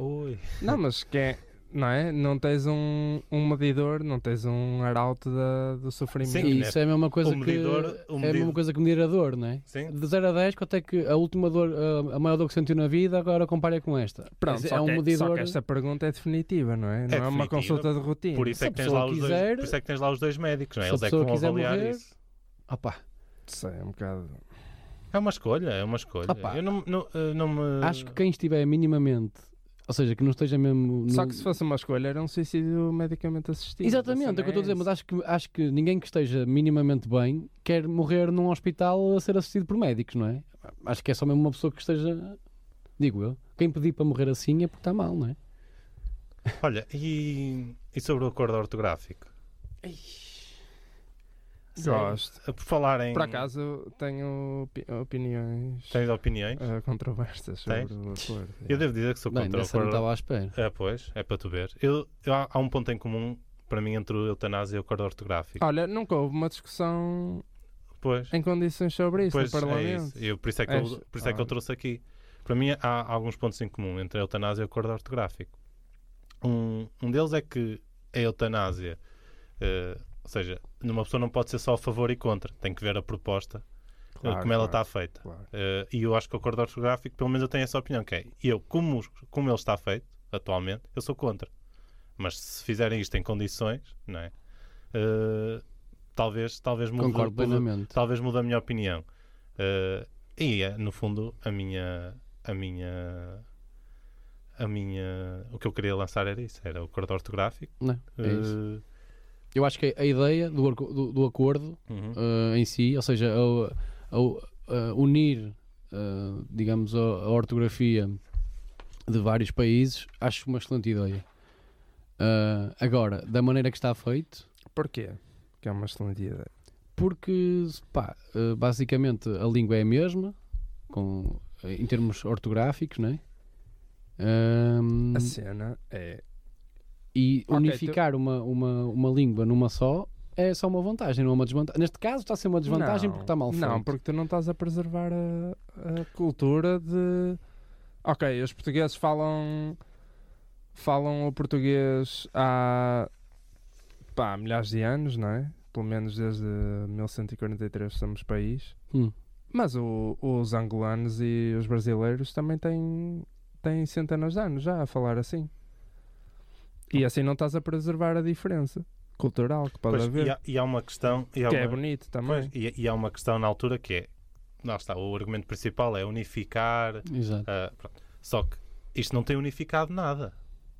B: Ui.
C: Não, mas quem não é? Não tens um, um medidor, não tens um arauto da- do sofrimento.
B: Sim,
A: E
B: né?
A: isso é a mesma coisa
B: O
A: que
B: medidor- um o
A: é a mesma
B: medidor-
A: coisa que medir a dor, não é?
B: Sim.
A: De 0 a 10, quanto é que a última dor, a- a maior dor que sentiu na vida, agora compara com esta. Quer
C: Pronto,
A: dizer,
C: só
A: é um
C: que- Só
A: medidor.
C: que esta pergunta é definitiva, não é? Não é, uma
B: definitiva,
C: consulta de rotina.
B: Por isso,
A: Se
B: é
A: a
B: que tens
A: pessoa
B: lá os
A: quiser-
B: dois, por isso é que tens lá os dois médicos, não é?
A: se a
B: Eles é que
A: pessoa
B: vão
A: quiser
B: avaliar
A: morrer-
B: isso.
A: Opa,
C: Sei, é um bocado.
B: É uma escolha, é uma escolha.
A: Opa.
B: Eu não, não, eh, não me.
A: acho que quem estiver minimamente, ou seja, que não esteja mesmo.
C: Só
A: no-
C: que se fosse uma escolha, era um suicídio medicamente assistido.
A: Exatamente, é o que eu estou a dizer, mas acho que, acho que ninguém que esteja minimamente bem quer morrer num hospital a ser assistido por médicos, não é? Acho que é só mesmo uma pessoa que esteja. Digo eu, quem pedir para morrer assim é porque está mal, não é?
B: Olha, e, e sobre o acordo ortográfico?
C: Gosto.
B: Eh, Por falar em.
C: Por acaso, tenho opi- opiniões
B: Tens opiniões?
C: eh, controversas sobre
B: Tens?
C: o acordo.
B: Eu devo dizer que sou
A: Bem,
B: contra o
A: dessa não
B: acordo
A: estava à espera.
B: É, pois, é para tu ver. Eu, eu- há há um ponto em comum para mim entre o eutanásia e o acordo ortográfico.
C: Olha, nunca houve uma discussão
B: pois,
C: em condições sobre é isso
B: pois
C: no
B: é
C: Parlamento.
B: isso. Eu, por isso é que,
C: É
B: eu,
C: isso.
B: por isso é que eu
C: Ah.
B: trouxe aqui. Para mim há alguns pontos em comum entre a eutanásia e o acordo ortográfico. Um, um deles é que a eutanásia, eh, ou seja, numa pessoa não pode ser só a favor e contra, tem que ver a proposta, eh,
C: Claro,
B: como ela está
C: claro,
B: feita.
C: claro.
B: Eh, e eu acho que o acordo ortográfico, pelo menos eu tenho essa opinião, que é, eu, como, os- como ele está feito atualmente, eu sou contra. Mas se fizerem isto em condições, não é? Eh, talvez, talvez mude,
A: Concordo
B: mude-
A: plenamente.
B: talvez mude a minha opinião. Eh, e é, no fundo, a minha, a minha, a minha, o que eu queria lançar era isso, era o acordo ortográfico.
A: Não, é isso.
B: Eh,
A: Eu acho que a ideia do, arco- do- do acordo
B: uhum.
A: eh, em si, ou seja, ao- ao, eh, unir, eh, digamos, a, a ortografia de vários países, acho uma excelente ideia. Eh, agora, da maneira que está feito,
C: Porquê? Que é uma excelente ideia.
A: porque pá, eh, basicamente a língua é a mesma, com, em termos ortográficos, Ehm, não é? Ahm,
C: A cena é.
A: E
C: Ok,
A: unificar uma, uma, uma língua numa só é só uma vantagem, não é uma desvantagem. Neste caso está a ser uma desvantagem
C: Não,
A: porque está mal feito.
C: Não, porque tu não estás a preservar a, a cultura de. Ok, os portugueses falam. Falam o português há. pá, milhares de anos, não é? Pelo menos desde 1143 somos país.
A: Hum.
C: Mas o- os angolanos e os brasileiros também têm, têm centenas de anos já a falar assim. E assim não estás a preservar a diferença cultural que pode
B: Pois,
C: haver.
B: e, há, e há uma questão... E há
C: Que é
B: uma-
C: bonito também.
B: Pois, e, e há uma questão na altura que é, lá está, o argumento principal é unificar,
A: Exato.
B: ah, pronto. só que isto não tem unificado nada,
A: É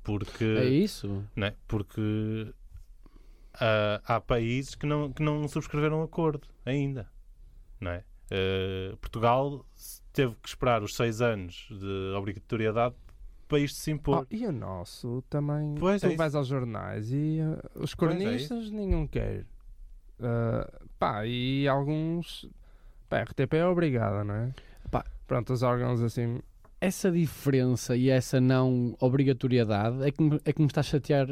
B: porque,
A: isso?
B: né, porque ah, há países que não, que não subscreveram um acordo ainda, não é? Ah, Portugal teve que esperar os seis anos de obrigatoriedade para isto se impor.
C: Ah, e o nosso também.
B: Pois,
C: tu
B: é isso.
C: vais aos jornais e ah, os
B: Pois, é
C: cornistas nenhum quer. Ah, pá, e alguns. Pá, a RTP é obrigada, não é?
A: Pá.
C: Pronto, os órgãos assim.
A: Essa diferença e essa não obrigatoriedade é que me, é que me está a chatear.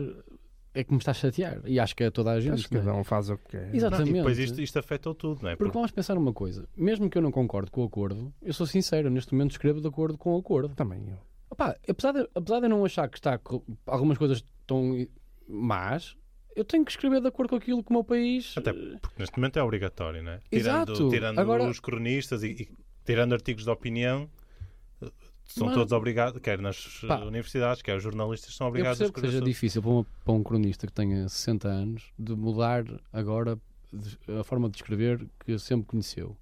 A: É que me está a chatear. E acho que é toda a gente.
C: Acho que
A: não é?
C: cada um faz o que quer.
A: Exato.
B: Não, e depois
A: Ah, exatamente.
B: isto, isto afetou tudo, não é?
A: Porque vamos pensar numa coisa. Mesmo que eu não concorde com o acordo, eu sou sincero, neste momento escrevo de acordo com o acordo.
C: Também eu.
A: Opá, apesar, de, apesar de eu não achar que está cor- algumas coisas estão más, eu tenho que escrever de acordo com aquilo que o meu país.
B: Até porque neste momento é obrigatório, não é?
A: Exato.
B: Tirando, tirando
A: Agora-
B: os cronistas e, e tirando artigos de opinião, eh, são
A: Mas-
B: todos obrigados, quer nas eh,
A: Pá.
B: universidades, quer os jornalistas, são
A: Eu
B: obrigados a
A: percebo que
B: escrever.
A: seja
B: sobre-
A: difícil para, uma- para um cronista que tenha 60 anos de mudar agora de- a forma de escrever que sempre conheceu.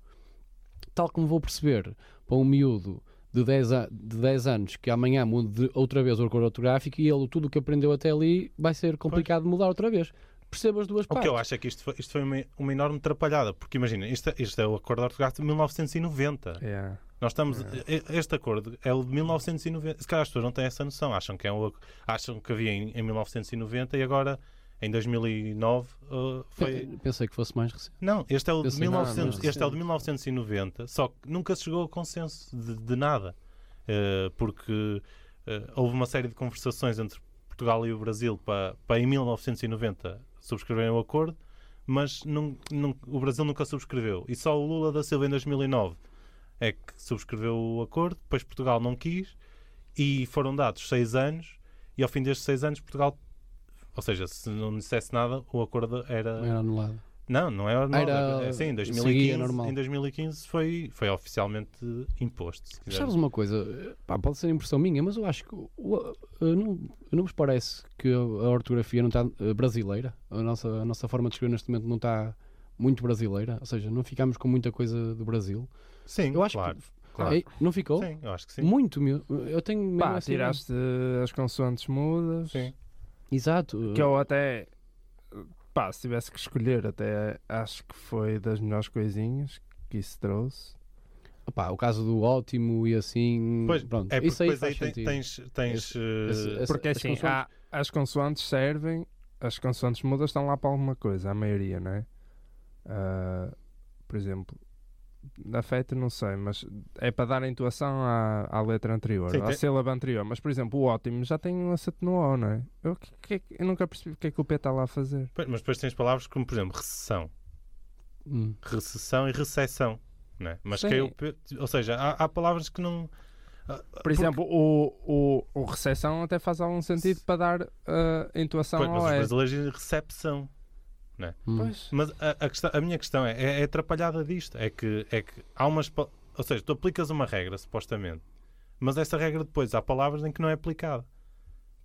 A: Tal como vou perceber para um miúdo de 10, a- de 10 anos que amanhã mude de- outra vez o acordo ortográfico e ele tudo o que aprendeu até ali vai ser complicado de mudar outra vez. Percebo as duas
B: O
A: partes.
B: que eu acho é que isto foi, isto foi uma, uma enorme atrapalhada, porque imagina, isto, é- isto é o acordo ortográfico de
A: É.
B: 1990.
C: Yeah.
B: Nós estamos. e- Este acordo é o de 1990. Se calhar as pessoas não têm essa noção, acham que, é um ac- acham que havia em, em 1990 e agora em 2009 eh, foi.
A: Pensei que fosse mais recente.
B: Não, este é o,
A: Eu
B: de
A: sei, não,
B: 1900
A: não,
B: este é o de
C: sim.
B: 1990, só que nunca se chegou a consenso de, de nada, Eh, porque eh, houve uma série de conversações entre Portugal e o Brasil para, para em 1990 subscreverem o acordo, mas nun- nun- o Brasil nunca subscreveu. E só o Lula da Silva em 2009 é que subscreveu o acordo, depois Portugal não quis e foram dados seis anos e ao fim destes seis anos Portugal, ou seja, se não dissesse nada, o acordo
A: Era anulado.
B: não, não era normal.
A: Era-
B: é assim, em
A: seguia
B: 2015,
A: normal.
B: em 2015 foi, foi oficialmente imposto. se
A: Mas
B: quiser.
A: Sabes uma coisa? Pá, pode ser impressão minha, mas eu acho que o- o- eh, não, não vos parece que a a ortografia não está eh, brasileira? A nossa, a nossa forma de escrever neste momento não está muito brasileira? Ou seja, não ficamos com muita coisa do Brasil?
B: Sim,
A: Eu acho
B: claro.
A: que.
B: claro.
A: Ei, não ficou?
B: Sim, eu acho que sim.
A: Muito meu. Eu tenho mesmo assim-
C: Pá,
A: essa
C: tiraste as consoantes mudas.
B: Sim.
A: ideia. Exato.
B: é
C: Que eu até. Pá, se tivesse que escolher, até acho que foi das melhores coisinhas que isso trouxe.
A: Pá, o caso do ótimo e assim.
B: Pois,
A: pronto,
B: É porque
A: isso aí
B: depois
A: faz
B: aí ten-
A: sentido.
B: tens. tens eh,
A: Esse- esse-
C: Porque
A: as
C: assim,
A: consoantes-
C: há- as consoantes servem, as consoantes mudas estão lá para alguma coisa, a maioria, não é? Ah, por exemplo, na feta não sei, mas é para dar a intuação à, à letra anterior,
B: Sim,
C: à
B: tem-
C: sílaba anterior. Mas, por exemplo, o ótimo já tem um acento no O, não é? Eu, que- que- eu nunca percebi o que é que o P está lá a fazer.
B: pois, Mas depois tens palavras como, por exemplo, recessão.
A: Hum.
B: Recessão e recessão. Não é? Mas
C: Sim.
B: caiu. pe- Ou seja, há, há palavras que não. Ah,
C: Por exemplo, o, o, o recessão até faz algum sentido para dar ah, a
A: Então,
C: intuação
B: Pois, mas
C: ao
A: é.
B: os
C: E.
B: brasileiros dizem recepção.
A: Hum.
C: Pois.
B: Mas a, a questão- a minha questão é, é, é atrapalhada disto. É que, é que há umas. pa- Ou seja, tu aplicas uma regra, supostamente, mas essa regra depois há palavras em que não é aplicada.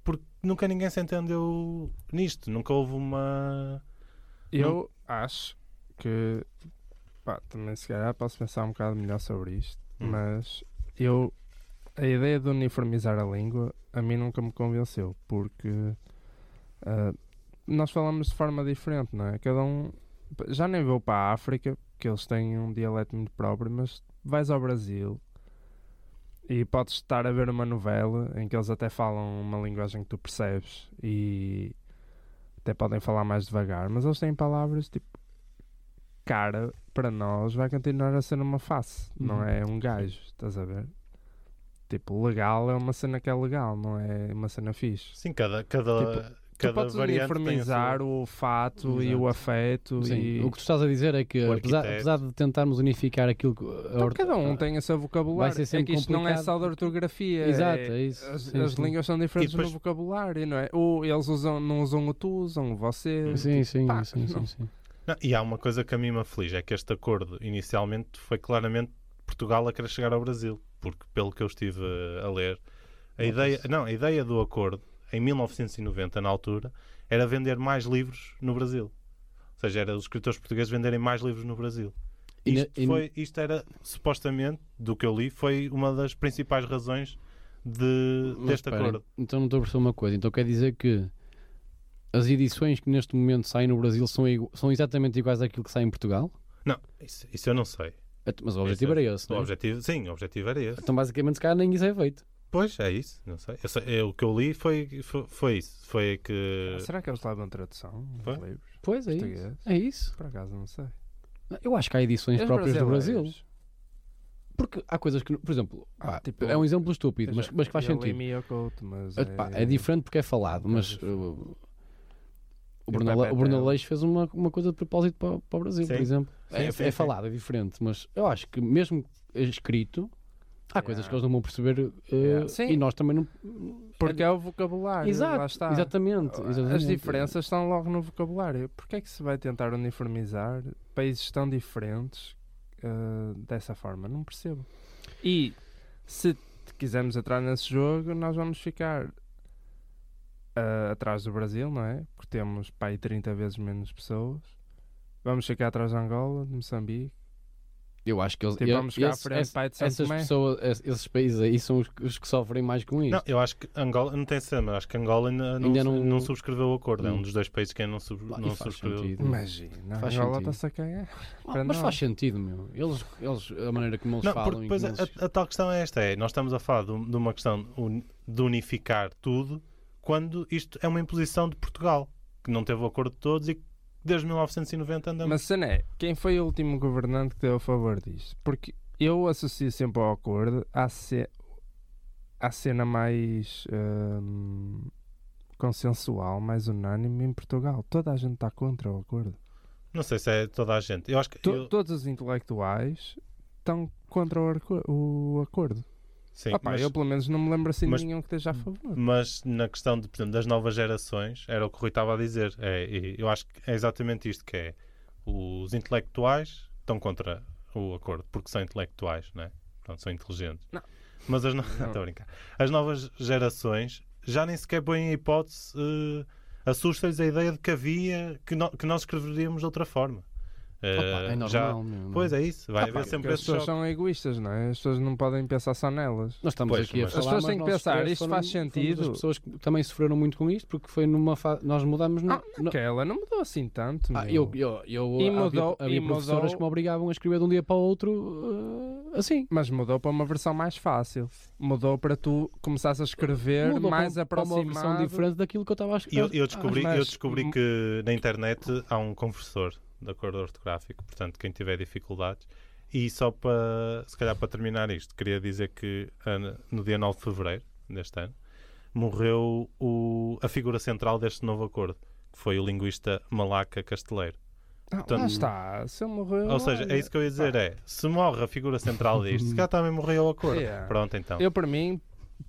B: Porque nunca ninguém se entendeu nisto. Nunca houve uma.
C: Eu acho que Pá, também se calhar posso pensar um bocado melhor sobre isto,
B: Hum.
C: mas eu a ideia de uniformizar a língua a mim nunca me convenceu, porque ah, nós falamos de forma diferente, não é? Cada um já nem vou para a África, porque eles têm um dialeto muito próprio, mas vais ao Brasil e podes estar a ver uma novela em que eles até falam uma linguagem que tu percebes e até podem falar mais devagar, mas eles têm palavras tipo cara para nós vai continuar a ser uma face, não
A: Uhum.
C: é um gajo, estás a ver? Tipo, legal é uma cena que é legal, não é uma cena fixe.
B: Sim, cada, cada,
C: Tipo, Tu
B: cada
C: podes
B: variante tem a sua-
C: uniformizar o olfato e
A: Exato.
C: o afeto
A: Sim,
C: e
A: o que tu estás a dizer é que,
B: O
A: apesar,
B: arquiteto.
A: apesar de tentarmos unificar aquilo que. a
C: Então,
A: or-
C: cada um tem o seu vocabulário.
A: Ah, vai ser sempre
C: é que isto não é
A: complicado
C: só da
A: porque-
C: ortografia.
A: Exato,
C: é-
A: é isso.
C: As,
A: Sim,
C: as
A: sim.
C: línguas são diferentes
B: E depois-
C: no vocabulário, não é? Ou eles usam, não usam o tu, usam o
B: Hum.
C: você.
A: Sim,
C: tipo,
A: sim,
C: pá,
A: sim, sim,
B: Eh,
C: não.
A: sim.
B: Não, e há uma coisa que a mim me aflige, é que este acordo inicialmente foi claramente Portugal a querer chegar ao Brasil, porque pelo que eu estive a ler, a ideia, não, a ideia do acordo em 1990 na altura era vender mais livros no Brasil. Ou seja, era os escritores portugueses venderem mais livros no Brasil.
A: E na-
B: Isto,
A: e-
B: foi, isto era, supostamente, do que eu li, foi uma das principais razões de,
A: Mas
B: deste
A: espera,
B: acordo.
A: Então não estou a perceber uma coisa. Então quer dizer que as edições que neste momento saem no Brasil são, igu- são exatamente iguais àquilo que sai em Portugal?
B: Não, isso, isso eu não sei.
A: At- Mas o objetivo
B: Esse
A: era esse,
B: O
A: não é?
B: objetivo, sim, o objetivo era esse.
A: Então basicamente se calhar nem isso é feito.
B: Pois, é isso, não sei. Eu sei- eu- o que eu li foi, foi, foi isso. Foi
A: Ah,
B: que.
C: Será que é eles levam tradução nos
B: Foi?
C: livros?
A: Pois é isso.
C: Português?
A: É isso.
C: Por acaso, não sei.
A: Eu acho que há edições
C: Os
A: próprias do
B: é
A: Brasil.
C: brasileiros.
A: Porque há coisas que, por exemplo,
C: Ah,
A: ah,
C: tipo,
A: é um exemplo estúpido,
C: Eu
A: mas,
C: já-
A: mas que faz
C: eu li
A: sentido.
C: Miyakoto, mas
A: Ah, pá, é diferente porque é falado,
C: Nunca
A: mas
C: vi.
A: uh, o,
C: E
A: Bruno,
C: Pepe
A: Ale- o Bruno
C: Tela.
A: Aleixo fez uma, uma coisa de propósito para, o- para o Brasil, por
B: Sim.
A: exemplo. é,
B: sim,
A: é
B: sim.
A: falado, é diferente, mas eu acho que mesmo é escrito, há
C: Yeah.
A: coisas que eles não vão perceber uh,
C: Yeah. Sim.
A: e nós também não.
C: Porque é o vocabulário. lá
A: Exato,
C: está.
A: exatamente, exatamente.
C: As diferenças estão logo no vocabulário. Porquê é que se vai tentar uniformizar países tão diferentes ah, dessa forma? Não percebo. E se quisermos entrar nesse jogo, nós vamos ficar ah, atrás do Brasil, não é? Porque temos pá, aí 30 vezes menos pessoas. Vamos ficar atrás de Angola, de Moçambique.
A: Eu acho que eles.
C: Tipo,
A: e-
C: vamos ficar à
A: esse-
C: frente,
A: esse-
C: pai de São
A: essas
C: Tomé.
A: pessoas, es- esses países aí são os, os que sofrem mais com isto.
B: Não, eu acho que Angola não tem cena, mas acho que Angola ainda não,
A: Ainda não-
B: não... subscreveu o acordo. É um dos dois países que ainda não, sub,
A: Lá, e
B: não
A: faz
B: subscreveu.
A: sentido.
C: Imagina,
A: Faz
C: Angola
A: sentido.
C: está-se a cagar.
A: Ah,
C: para
A: mas
C: nós.
A: faz sentido, meu. Eles, eles, a maneira como eles
B: Não, porque
A: falam. e
B: depois a,
A: como eles-
B: a tal questão é esta: é, nós estamos a falar de, um- de uma questão un- de unificar tudo quando isto é uma imposição de Portugal, que não teve o acordo de todos e que desde 1990 andamos.
C: Mas cena é, quem foi o último governante que deu a favor disto? Porque eu associo sempre ao acordo à, ce- à cena mais hum, consensual, mais unânime em Portugal. Toda a gente está contra o acordo.
B: Não sei se é toda a gente. Eu acho que.
C: To-
B: eu-
C: Todos os intelectuais estão contra o, arco- o acordo.
B: sim,
C: Ah pá,
B: mas-
C: eu pelo menos não me lembro assim de
B: mas-
C: nenhum que esteja a favor.
B: Mas na questão de, por exemplo, das novas gerações, era o que o Rui estava a dizer. É, e eu acho que é exatamente isto que é. Os intelectuais estão contra o acordo, porque são intelectuais, não é? Pronto, são inteligentes.
C: Não.
B: Mas as, no...
C: Não.
B: Estou a brincar. as novas gerações já nem sequer põem a hipótese, eh, assusta-lhes a ideia de que havia, que, no- que nós escreveríamos de outra forma. Eh,
A: Opa, é normal,
B: já-
A: meu, não é?
B: Pois é isso, vai
C: Ah pá,
B: haver
C: porque
B: sempre
C: as
B: esse
C: pessoas
B: choque.
C: são egoístas, não é? As pessoas não podem pensar só nelas.
A: Nós estamos
B: Pois,
A: aqui a
B: mas-
A: falar.
C: As pessoas têm
A: mas
C: que
A: nós
C: pensar,
A: três
C: isto
A: foram-
C: faz
A: fomos
C: sentido?
A: As pessoas que também sofreram muito com isto, porque foi numa fase. Nós mudámos. No...
C: Ah,
A: no-
C: Aquela não mudou assim tanto.
A: Ah,
C: meu.
A: eu, eu, eu
C: E
A: havia-
C: mudou-
A: havia
C: e
A: professoras
C: mudou-
A: que me obrigavam a escrever de um dia para o outro uh, assim.
C: Mas mudou para uma versão mais fácil. Mudou para tu começares a escrever
A: Mudou
C: mais
A: para, para uma
C: aproximado.
A: versão diferente daquilo que eu estava a
B: E eu,
A: escrever.
B: eu descobri,
C: mas-
B: eu descobri que na internet há um conversor de acordo ortográfico, portanto, quem tiver dificuldades. E só para, se calhar, para terminar isto, queria dizer que ah, no dia 9 de fevereiro deste ano morreu o- a figura central deste novo acordo, que foi o linguista Malaca Casteleiro.
C: Ah, lá
B: Portanto-
C: está. Se eu morreu.
B: Ou seja, é isso que eu ia dizer: é se morre a figura central disto, se calhar também morreu o acordo.
C: Yeah.
B: Pronto, então.
C: Eu, para mim,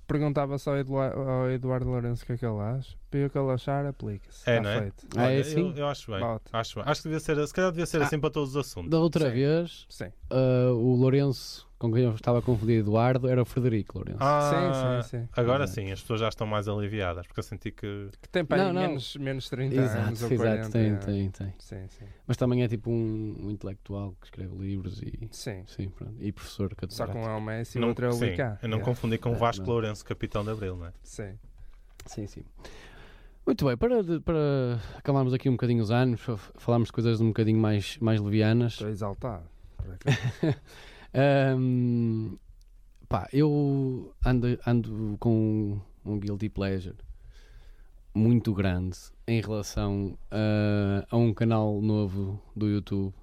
C: perguntava só ao Eduardo, ao Eduardo Lourenço o que é que ele acha. Para eu que ele achar, aplica-se.
B: É,
C: Tá
B: não é?
C: feito.
A: Ah, é
B: Olha,
A: assim?
B: Eu, eu acho bem.
C: Vote.
B: Acho bem. Acho que devia ser, se calhar devia ser assim para todos os assuntos.
A: Da outra
C: Sim.
A: vez,
C: Sim.
A: ah, o Lourenço, com quem eu estava confundido, Eduardo, era o Frederico Lourenço.
B: Ah,
C: Sim, sim, sim.
B: Agora
A: Exato.
B: sim, as pessoas já estão mais aliviadas, porque eu senti que
C: Que tem para aí
A: Não, não.
C: Menos, menos 30
B: então,
C: anos ou
A: exato,
C: 40.
A: exato, tem,
C: é.
A: tem, tem.
C: Sim, sim.
A: Mas também é tipo um, um intelectual que escreve livros e,
C: Sim.
A: sim, pronto, e professor
C: Só que um
A: catedrático.
C: é o Messi e o
B: não,
C: outro é o
B: sim,
C: Licá.
B: eu não
C: Yeah.
B: confundi com
A: Ah,
B: Vasco
A: não.
B: Lourenço, capitão de Abril, não é?
C: Sim.
A: Sim, sim. Muito bem, para, de- para acabarmos aqui um bocadinho os anos, fa- falarmos de coisas um bocadinho mais, mais levianas.
C: Estou exaltado. por acaso.
A: Ahm, pá, eu ando, ando com um guilty pleasure muito grande em relação a, a um canal novo do YouTube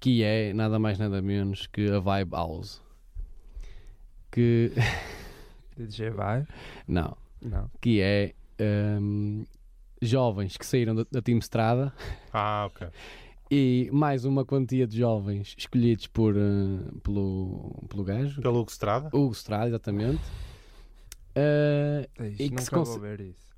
A: que é nada mais nada menos que a Vibe House. Que.
C: DJ vai?
A: Não.
C: Não.
A: Que é. ahm, jovens que saíram da, da Team Strada
B: Ah, ok.
A: e mais uma quantia de jovens escolhidos por, ah, pelo, pelo gajo,
B: Pelo Hugo Estrada?
A: Hugo Estrada, exatamente. Ah, E
C: É isso.
A: que se
C: Nunca vou
A: conse-
C: ver isso.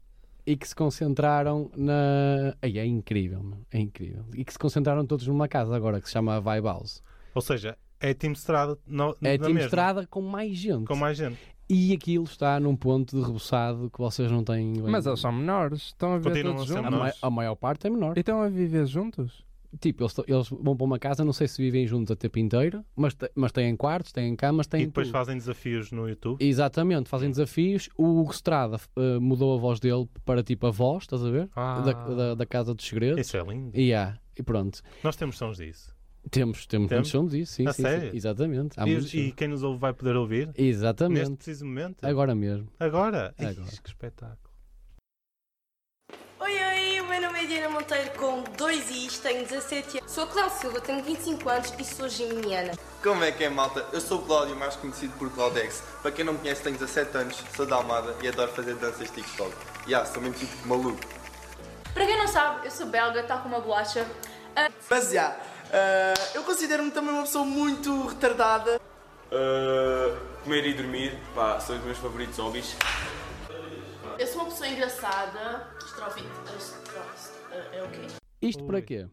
A: e que se concentraram na. Ai, é incrível, meu, é incrível. E que se concentraram todos numa casa agora que se chama Vibe House.
B: Ou seja, é Team Estrada no,
A: É
B: na
A: Team
B: mesma,
A: Estrada com mais gente.
B: com mais gente.
A: E aquilo está num ponto de reboçado que vocês não têm. bem-
C: Mas eles são menores. Estão a viver
B: Continuam
C: todos
B: a ser
A: a,
C: juntos.
A: ma-
B: nós.
A: a maior parte é menor.
C: E estão Então a viver juntos?
A: Tipo, eles, to- eles vão para uma casa, não sei se vivem juntos a tempo inteiro, mas, te- mas têm quartos, têm camas, têm.
B: e depois
A: tudo.
B: fazem desafios no YouTube.
A: Exatamente, fazem desafios. O Hugo Estrada eh, mudou a voz dele para tipo a voz, estás a ver?
B: Ah,
A: Da, da, da Casa dos Segredos.
B: Isso é lindo.
A: E há, e pronto.
B: Nós temos sons disso.
A: Temos, temos,
B: Temos?
A: muitos sons disso, sim,
B: A
A: sim,
B: sério?
A: sim. Exatamente. Há
B: E,
A: muitos
B: e
A: sons.
B: quem nos ouve vai poder ouvir
A: Exatamente.
B: neste preciso momento.
A: Agora mesmo.
B: Agora. Ih,
A: Agora.
B: que espetáculo.
E: Oi, oi, o meu nome é Diana Monteiro com dois i's, tenho 17 anos. Sou a Cláudia Silva, tenho 25 anos e sou geminiana.
F: Como é que é, malta? Eu sou o Cláudio, mais conhecido por Claudex. Para quem não me conhece, tenho 17 anos, sou da Almada e adoro fazer danças TikTok. Ya, sou mesmo tipo maluco.
G: Pra quem não sabe, eu sou belga, tal como a bolacha. Ah,
H: Mas já, ah, eu considero-me também uma pessoa muito retardada.
F: comer e dormir, pá, são os meus favoritos hobbies.
G: eu sou uma pessoa engraçada. Estrofe. estrofe- É o quê?
A: Isto para
B: Ui.
A: quê?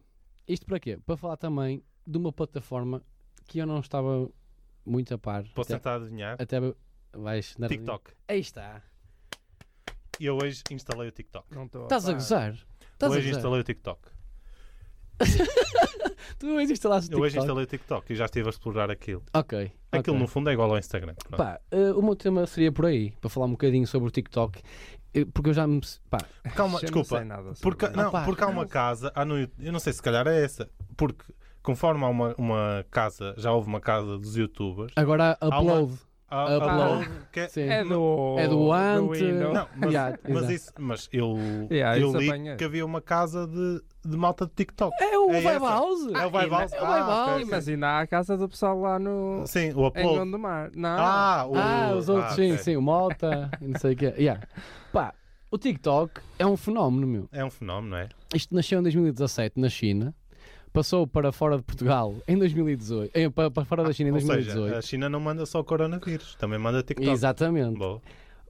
A: Isto para quê? Para falar também de uma plataforma que eu não estava muito a par.
B: Posso
A: até,
B: tentar adivinhar?
A: até vais na
B: TikTok.
A: Aí está.
B: E eu hoje instalei o TikTok.
C: Não estou
A: Estás a
C: par.
A: gozar? Estás a
B: hoje
A: gozar?
B: instalei o TikTok.
A: Tu hoje instalaste o TikTok?
B: Eu hoje instalei o TikTok e já estive a explorar aquilo.
A: Ok.
B: Aquilo
A: ok.
B: no fundo é igual ao Instagram. Pronto.
A: Pá, eh, o meu tema seria por aí, para falar um bocadinho sobre o TikTok, eh, porque eu já me. Pá,
B: Calma,
C: Eu
B: desculpa.
C: Não sei nada sobre
B: Porque,
C: isso.
B: não,
A: Opa,
B: porque há uma casa, há no, eu não sei se calhar é essa, porque conforme há uma, uma casa, já houve uma casa dos youtubers,
A: agora
B: uma-
A: upload.
B: há,
A: upload. Ah,
B: há logo que é-
A: Sim.
C: É do.
A: É do Ant.
C: Windows.
B: não, mas,
A: Yeah,
B: mas
A: exato.
B: isso, mas eu,
C: Yeah,
B: eu
C: isso
B: li
C: apanhei.
B: que havia uma casa de, de malta de TikTok.
A: É o
B: É
A: Vibe
B: essa?
A: House?
B: É o Vibe House?
A: É o
B: Ah,
A: Vibe
B: ok,
A: House.
C: Sim, mas ainda há a casa do pessoal lá no.
B: Sim, o
C: Em
B: upload.
C: Gondomar. Não.
B: Ah, o,
A: Ah, os outros,
B: ah,
A: sim,
B: ok.
A: sim, o Mota, e não sei o que yeah. Pá, o TikTok é um fenómeno, meu.
B: É um fenómeno, é?
A: Isto nasceu em 2017 na China, passou para fora de Portugal em 2018, eh, para, para fora da China em
B: Ah, Ou
A: 2018.
B: seja, a China não manda só coronavírus, também manda TikTok.
A: Exatamente.
B: Boa.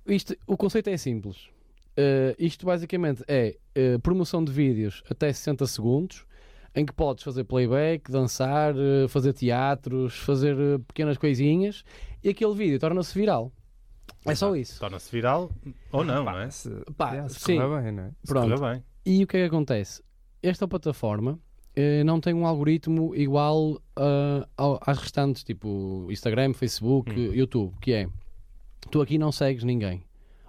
A: Isto, o conceito é simples. Uh, isto basicamente é uh, promoção de vídeos até 60 segundos, em que podes fazer playback, dançar, uh, fazer teatros, fazer uh, pequenas coisinhas, e aquele vídeo torna-se viral. É só
B: Exato. Tá,
A: isso.
B: Torna-se viral ou não, não é? Se
C: Se,
A: Pá,
C: yeah, se
A: sim.
C: correr bem, não é?
A: Pronto.
B: correr bem.
A: E o que é que acontece? Esta plataforma eh, não tem um algoritmo igual ah, ao- às restantes, tipo Instagram, Facebook,
B: Hum.
A: eh, YouTube, que é tu aqui não segues ninguém.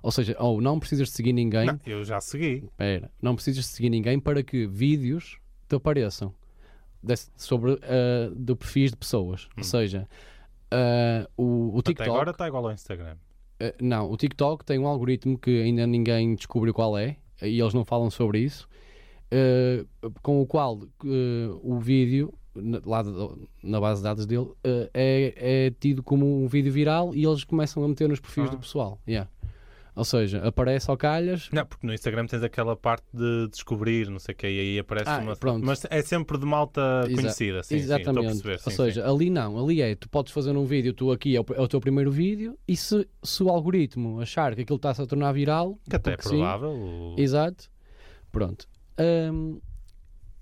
A: Ou seja, ou não precisas de seguir ninguém,
B: Não, eu já segui.
A: Pera, não precisas de seguir ninguém para que vídeos te apareçam desse- sobre ah, do perfis de pessoas. Ou seja, ah, o, o TikTok.
B: Hum. Até agora está igual ao Instagram.
A: Uh, não, o TikTok tem um algoritmo que ainda ninguém descobriu qual é e eles não falam sobre isso, uh, com o qual uh, o vídeo na- lá de- na base de dados dele uh, é, é tido como um vídeo viral e eles começam a meter nos perfis
B: Ah.
A: do pessoal. Yeah. Ou seja, aparece ao calhas,
B: Não, porque no Instagram tens aquela parte de descobrir, não sei o que, e aí aparece
A: Ah,
B: uma.
A: pronto.
B: Mas é sempre de malta
A: Exa-
B: conhecida, sim, sim, estou a
A: Exatamente.
B: perceber. Sim,
A: Ou seja, ali não, ali é, tu podes fazer um vídeo, tu aqui é o, é o teu primeiro vídeo, e se, se o algoritmo achar que aquilo está-se a tornar viral,
B: sim. que até é
A: porque sim,
B: provável. o-
A: Exato. Pronto. Hum,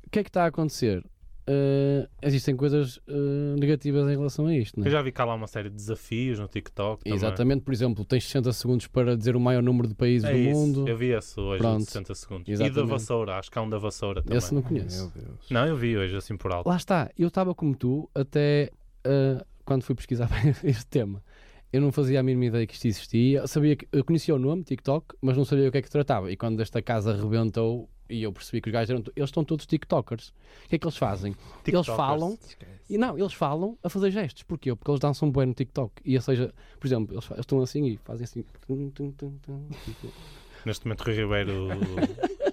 A: o que é que está a acontecer? Uh, existem coisas uh, negativas em relação a isto, não é?
B: Eu já vi cá lá uma série de desafios no TikTok. também.
A: Exatamente, por exemplo, tens 60 segundos para dizer o maior número de países
B: É
A: do
B: isso.
A: mundo.
B: Eu vi esse hoje,
A: Pronto.
B: de 60 segundos. E da
A: Exatamente.
B: vassoura, acho que há um da vassoura também.
A: Esse não
C: Meu
A: conheço.
C: Deus.
B: Não, eu vi hoje, assim por alto.
A: Lá está, eu estava como tu até uh, quando fui pesquisar este tema. Eu não fazia a mínima ideia que isto existia. Eu Sabia que, eu conhecia o nome, TikTok, mas não sabia o que é que tratava. E quando esta casa rebentou e eu percebi que os gajos eram. Eles estão todos TikTokers. O que é que eles fazem? Eles
B: TikTokers.
A: falam E não, eles falam a fazer gestos. Porquê? Porque eles dançam bem no TikTok. E ou seja, por exemplo, eles, fa- eles estão assim e fazem assim. Tum, tum, tum, tum.
B: Neste momento, o Rui Ribeiro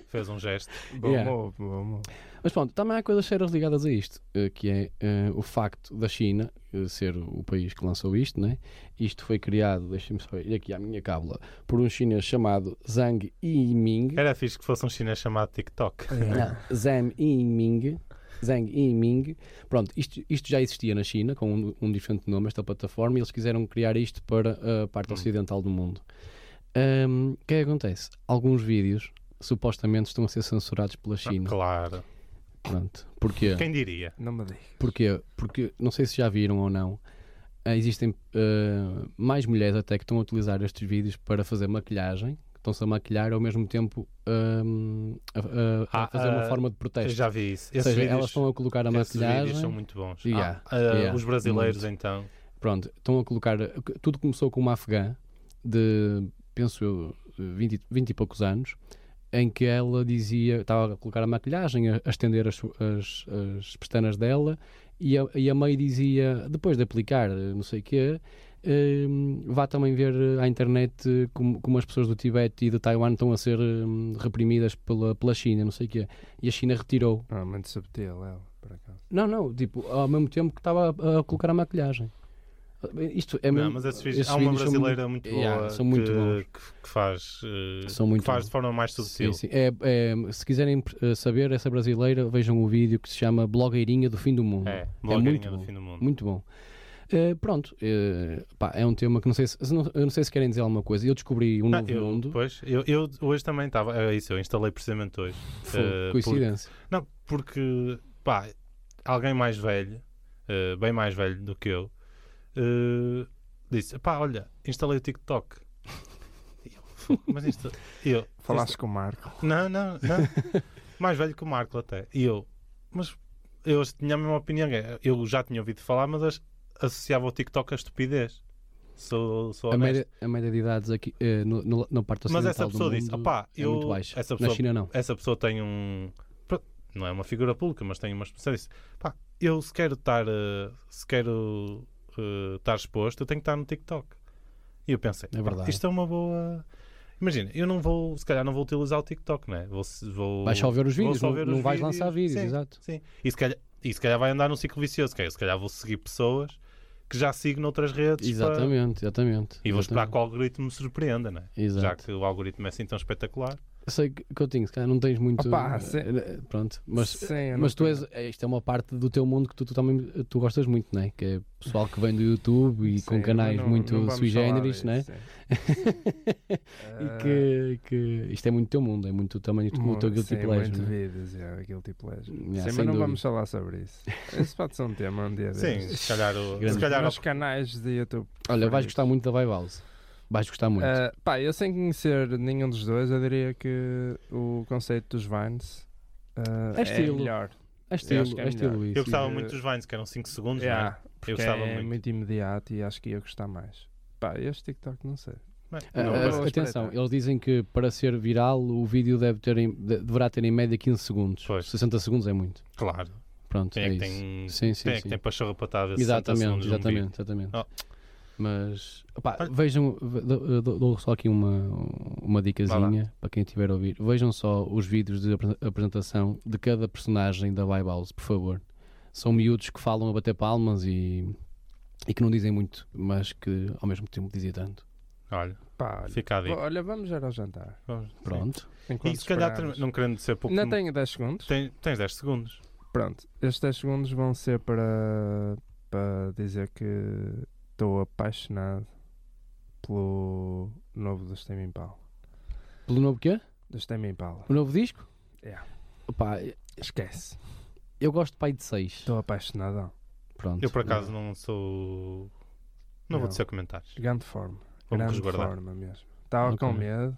B: fez um gesto.
C: Bom
A: Yeah.
C: move, bom move.
A: Mas pronto, também há coisas sérias ligadas a isto, eh, que é eh, o facto da China eh, ser o país que lançou isto, né? Isto foi criado, deixem-me só ir aqui à minha cábula, por um chinês chamado Zhang Yiming.
B: Era fixe que fosse um chinês chamado TikTok.
A: Não, Zhang Yiming. Zhang Yiming. Pronto, isto, isto já existia na China, com um, um diferente nome, esta plataforma, e eles quiseram criar isto para a parte ocidental do mundo. Ahm, O que é que acontece? Alguns vídeos supostamente estão a ser censurados pela China.
B: Ah, Claro.
A: Pronto. Porquê?
B: Quem diria?
C: Não me digas.
A: Porquê? Porque, não sei se já viram ou não, ah, existem ah, mais mulheres até que estão a utilizar estes vídeos para fazer maquilhagem, estão-se a maquilhar ao mesmo tempo ahm, a, a- a
B: Ah,
A: fazer uma
B: ah,
A: forma de protesto.
B: Eu já vi isso.
A: Ou
B: Esses
A: seja,
B: vídeos,
A: elas estão a colocar a
B: esses vídeos
A: maquilhagem.
B: são muito bons.
A: Yeah,
B: Ah, ah,
A: yeah,
B: os brasileiros, então.
A: Pronto, estão a colocar. Tudo começou com uma afegã de, penso eu, 20, e- 20 e poucos anos, em que ela dizia, estava a colocar a maquilhagem, a, a estender as, su- as, as pestanas dela, e a, e a mãe dizia, depois de aplicar eh, não sei o quê, hum, vá também ver eh, à internet eh, como, como as pessoas do Tibete e de Taiwan estão a ser hum, reprimidas pela, pela China, não sei o quê. E a China retirou.
C: Ah, muito subtil ela, por acaso.
A: Não, não, tipo, ao mesmo tempo que estava a, a colocar a maquilhagem. Isto é
B: Não,
A: mesmo-
B: mas esses vídeos, há uma
A: vídeos são
B: brasileira muito,
A: yeah,
B: boa
A: são muito
B: que,
A: bons.
B: que- que faz, eh,
A: São muito
B: que faz
A: bons.
B: de forma mais sutil.
A: Sim, sim. É, é, se quiserem eh, saber essa brasileira, vejam o vídeo que se chama Blogueirinha do Fim do Mundo.
B: É, blogueirinha
A: muito
B: do
A: bom.
B: fim do mundo.
A: Muito bom. Eh, pronto, eh, pá, é um tema que não sei se, se não- eu não sei se querem dizer alguma coisa. Eu descobri um
B: Não,
A: novo
B: Ah, eu,
A: mundo.
B: Pois, eu, eu hoje também estava. É isso, eu instalei precisamente hoje.
A: Foi,
B: Eh,
A: coincidência.
B: por- não, porque, pá, alguém mais velho, eh, bem mais velho do que eu, eh, disse: pá, olha, instalei o TikTok. E eu, "Fogo, Mas insta... e eu,
C: Falaste com o Marco.
B: Não, não, não. Mais velho que o Marco até. E eu, mas eu tinha a mesma opinião. Eu já tinha ouvido falar, mas as- associava o TikTok à estupidez. Sou, sou
A: a,
B: honesto.
A: média, a média de idades aqui eh, no, no, na parte
B: Mas
A: ocidental
B: essa
A: do
B: pessoa
A: mundo
B: disse, opá,
A: é
B: eu-
A: muito baixa.
B: essa
A: Na
B: pessoa- é
A: China não.
B: Essa pessoa tem um. pronto, Não é uma figura pública, mas tem uma expressão. Disse, pá, eu se quero estar. eh, se quero eh, estar exposto, eu tenho que estar no TikTok. E eu pensei,
A: É
B: pá,
A: verdade.
B: isto é uma boa. Imagina, eu não vou, se calhar não vou utilizar o TikTok, né? Vou, vou,
A: Vais só ver os
B: vou
A: vídeos,
B: só
A: não-
B: ver
A: não
B: os
A: vais lançar vídeos,
B: Sim,
A: exato.
B: Sim. E se calhar, e se calhar vai andar num ciclo vicioso, que é, eu se calhar vou seguir pessoas que já sigo noutras redes. para-
A: Exatamente, exatamente.
B: E vou esperar
A: exatamente.
B: que o algoritmo me surpreenda, né?
A: Exato.
B: Já que o algoritmo é assim tão espetacular.
A: Eu sei que, Coutinho, se calhar não tens muito.
C: Opa,
A: eh,
C: sim.
A: eh, Pronto, mas,
C: Sim, eu
A: mas
C: não
A: tu
C: tenho-
A: és. eh, Isto é uma parte do teu mundo que tu, tu também eh, tu gostas muito, não é? Que é pessoal que vem do YouTube e
C: Sim,
A: com
C: mas
A: canais
C: não-
A: muito
C: não vamos
A: sui
C: falar
A: generis,
C: disso,
A: não é?
C: sim.
A: E que, que isto é muito teu mundo, é muito também o teu
C: Mu-
A: guilty
C: Eh, sim,
A: pleasure.
C: Muito
A: não é?
C: vídeos, yeah, guilty pleasure.
A: Yeah,
C: sim, mas
A: sem
C: não
A: dúvida.
C: vamos falar sobre isso. Esse pode ser um tema um dia
B: Sim,
C: desses.
B: se calhar o.
A: Grande.
B: Se calhar
C: Os
B: o...
C: canais de YouTube.
A: Olha, vais
C: preferidos.
A: gostar muito da Vibe House. Vais gostar muito.
C: Ah, pá, eu sem conhecer nenhum dos dois, eu diria que o conceito dos Vines ah,
A: É
C: é,
A: estilo.
C: melhor.
A: é estilo,
C: acho que é
A: é estilo
C: melhor.
A: isso.
B: Eu gostava
C: Eh,
B: muito dos Vines, que eram 5 segundos,
C: Yeah,
B: né?
C: porque
B: Eu gostava
C: é
B: muito.
C: muito imediato e acho que ia gostar mais. Pá, este TikTok não sei.
B: Mas-
A: Ah,
C: Não,
A: ah,
C: mas-
A: atenção,
C: espreitar.
A: eles dizem que para ser viral o vídeo deve ter em- de- deverá ter em média 15 segundos.
B: Pois.
A: 60 segundos é muito.
B: Claro.
A: Pronto,
B: Quem é
A: é
B: que
A: isso.
B: tem.
A: Sim, sim,
B: quem é que
A: sim.
B: tem pachorra para estar a ver 60
A: Exatamente,
B: segundos de um vídeo?
A: exatamente, exatamente.
B: Oh.
A: Mas opá,
B: Olha-
A: vejam, ve- dou- dou dou só aqui uma, uma dicasinha para quem estiver a ouvir. Vejam só os vídeos de apre- apresentação de cada personagem da Vibe House, por favor. São miúdos que falam a bater palmas e, e que não dizem muito, mas que ao mesmo tempo dizem tanto.
B: Olha,
C: Pá, olha.
B: fica a dica.
C: Olha, vamos já ao jantar.
B: Vamos, sim.
A: Pronto.
B: E
C: enquanto
B: se calhar,
C: esperamos.
B: não querendo ser pouco.
C: Ainda tenho 10 segundos.
B: Tem- tens 10 segundos.
C: Pronto, estes 10 segundos vão ser para, para dizer que estou apaixonado pelo novo do Stem Impala.
A: Pelo novo quê?
C: Do Stem Impala.
A: O novo disco?
B: É.
C: Yeah.
A: Opa,
C: Esquece.
A: eu gosto pai de 6.
C: Estou apaixonadão.
A: Pronto.
B: Eu por acaso não sou. Não,
C: Não.
B: vou dizer comentários.
C: Grande forma.
B: Vamos
C: grande
B: resguardar.
C: forma mesmo. Estava
A: Ok.
C: com medo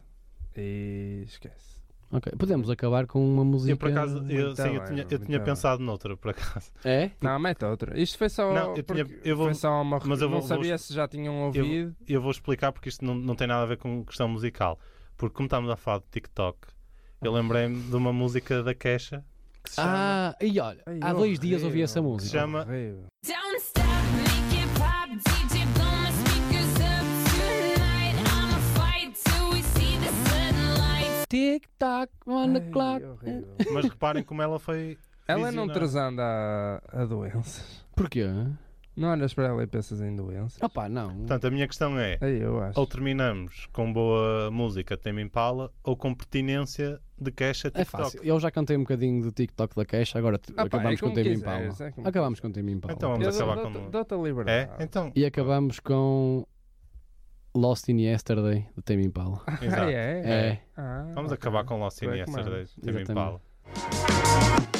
C: e esquece.
A: Ok, Podemos acabar com uma música.
B: Eu por acaso, eu,
C: Muito
B: sim, eu
C: bem,
B: tinha, eu
C: muito
B: tinha
C: bem.
B: pensado noutra, por acaso.
A: É?
C: Não, mete outra. Isto foi só.
B: Não, eu
C: porque
B: tinha- eu vou-
C: foi só uma.
B: mas eu
C: não
B: vou- vou-
C: sabia se já tinham ouvido.
B: E eu vou explicar porque isto não, não tem nada a ver com questão musical. Porque como estávamos a falar de TikTok, eu lembrei-me de uma mútica da Kesha que se chama.
A: Ah, e olha,
C: Ai,
A: há dois dias ouvi
C: horrível.
A: essa
B: que se
A: música.
B: chama
C: Horrível.
I: Don't stop, make it pop, DJ, blow my speakers up tonight. I'ma fight till we see the sunlight.
A: Tic tac, one
C: Ai,
A: o'clock.
C: horrível.
B: Mas reparem como ela foi.
C: Ela não
B: visionária.
C: trazendo a, a doenças.
A: Porquê?
C: Não olhas para ela e pensas em doenças.
A: Opa, não.
B: Portanto, a minha questão é:
C: Aí eu acho.
B: ou terminamos com boa música Tema Impala ou com pertinência de Kesha
A: É
B: TikTok?
A: fácil. Eu já cantei um bocadinho do TikTok da queixa, agora t-
C: Ah pá,
A: acabamos
C: é
A: com o
C: como
A: tema
C: quiseres,
A: Impala.
C: é como
A: Acabamos com o tema Impala.
B: Então vamos
C: Eu dou-
B: acabar
C: dou-te-
B: com-
C: Dou-te a
B: É?
C: liberdade.
B: Então.
A: E acabamos com Lost in Yesterday do Tame Impala.
B: Exato.
C: Ah, é?
A: É.
C: Ah,
B: Vamos
C: ok.
B: acabar com Lost in
C: Tu é que
B: Yesterday
C: mandas.
B: Tema
A: Exatamente.
B: Impala.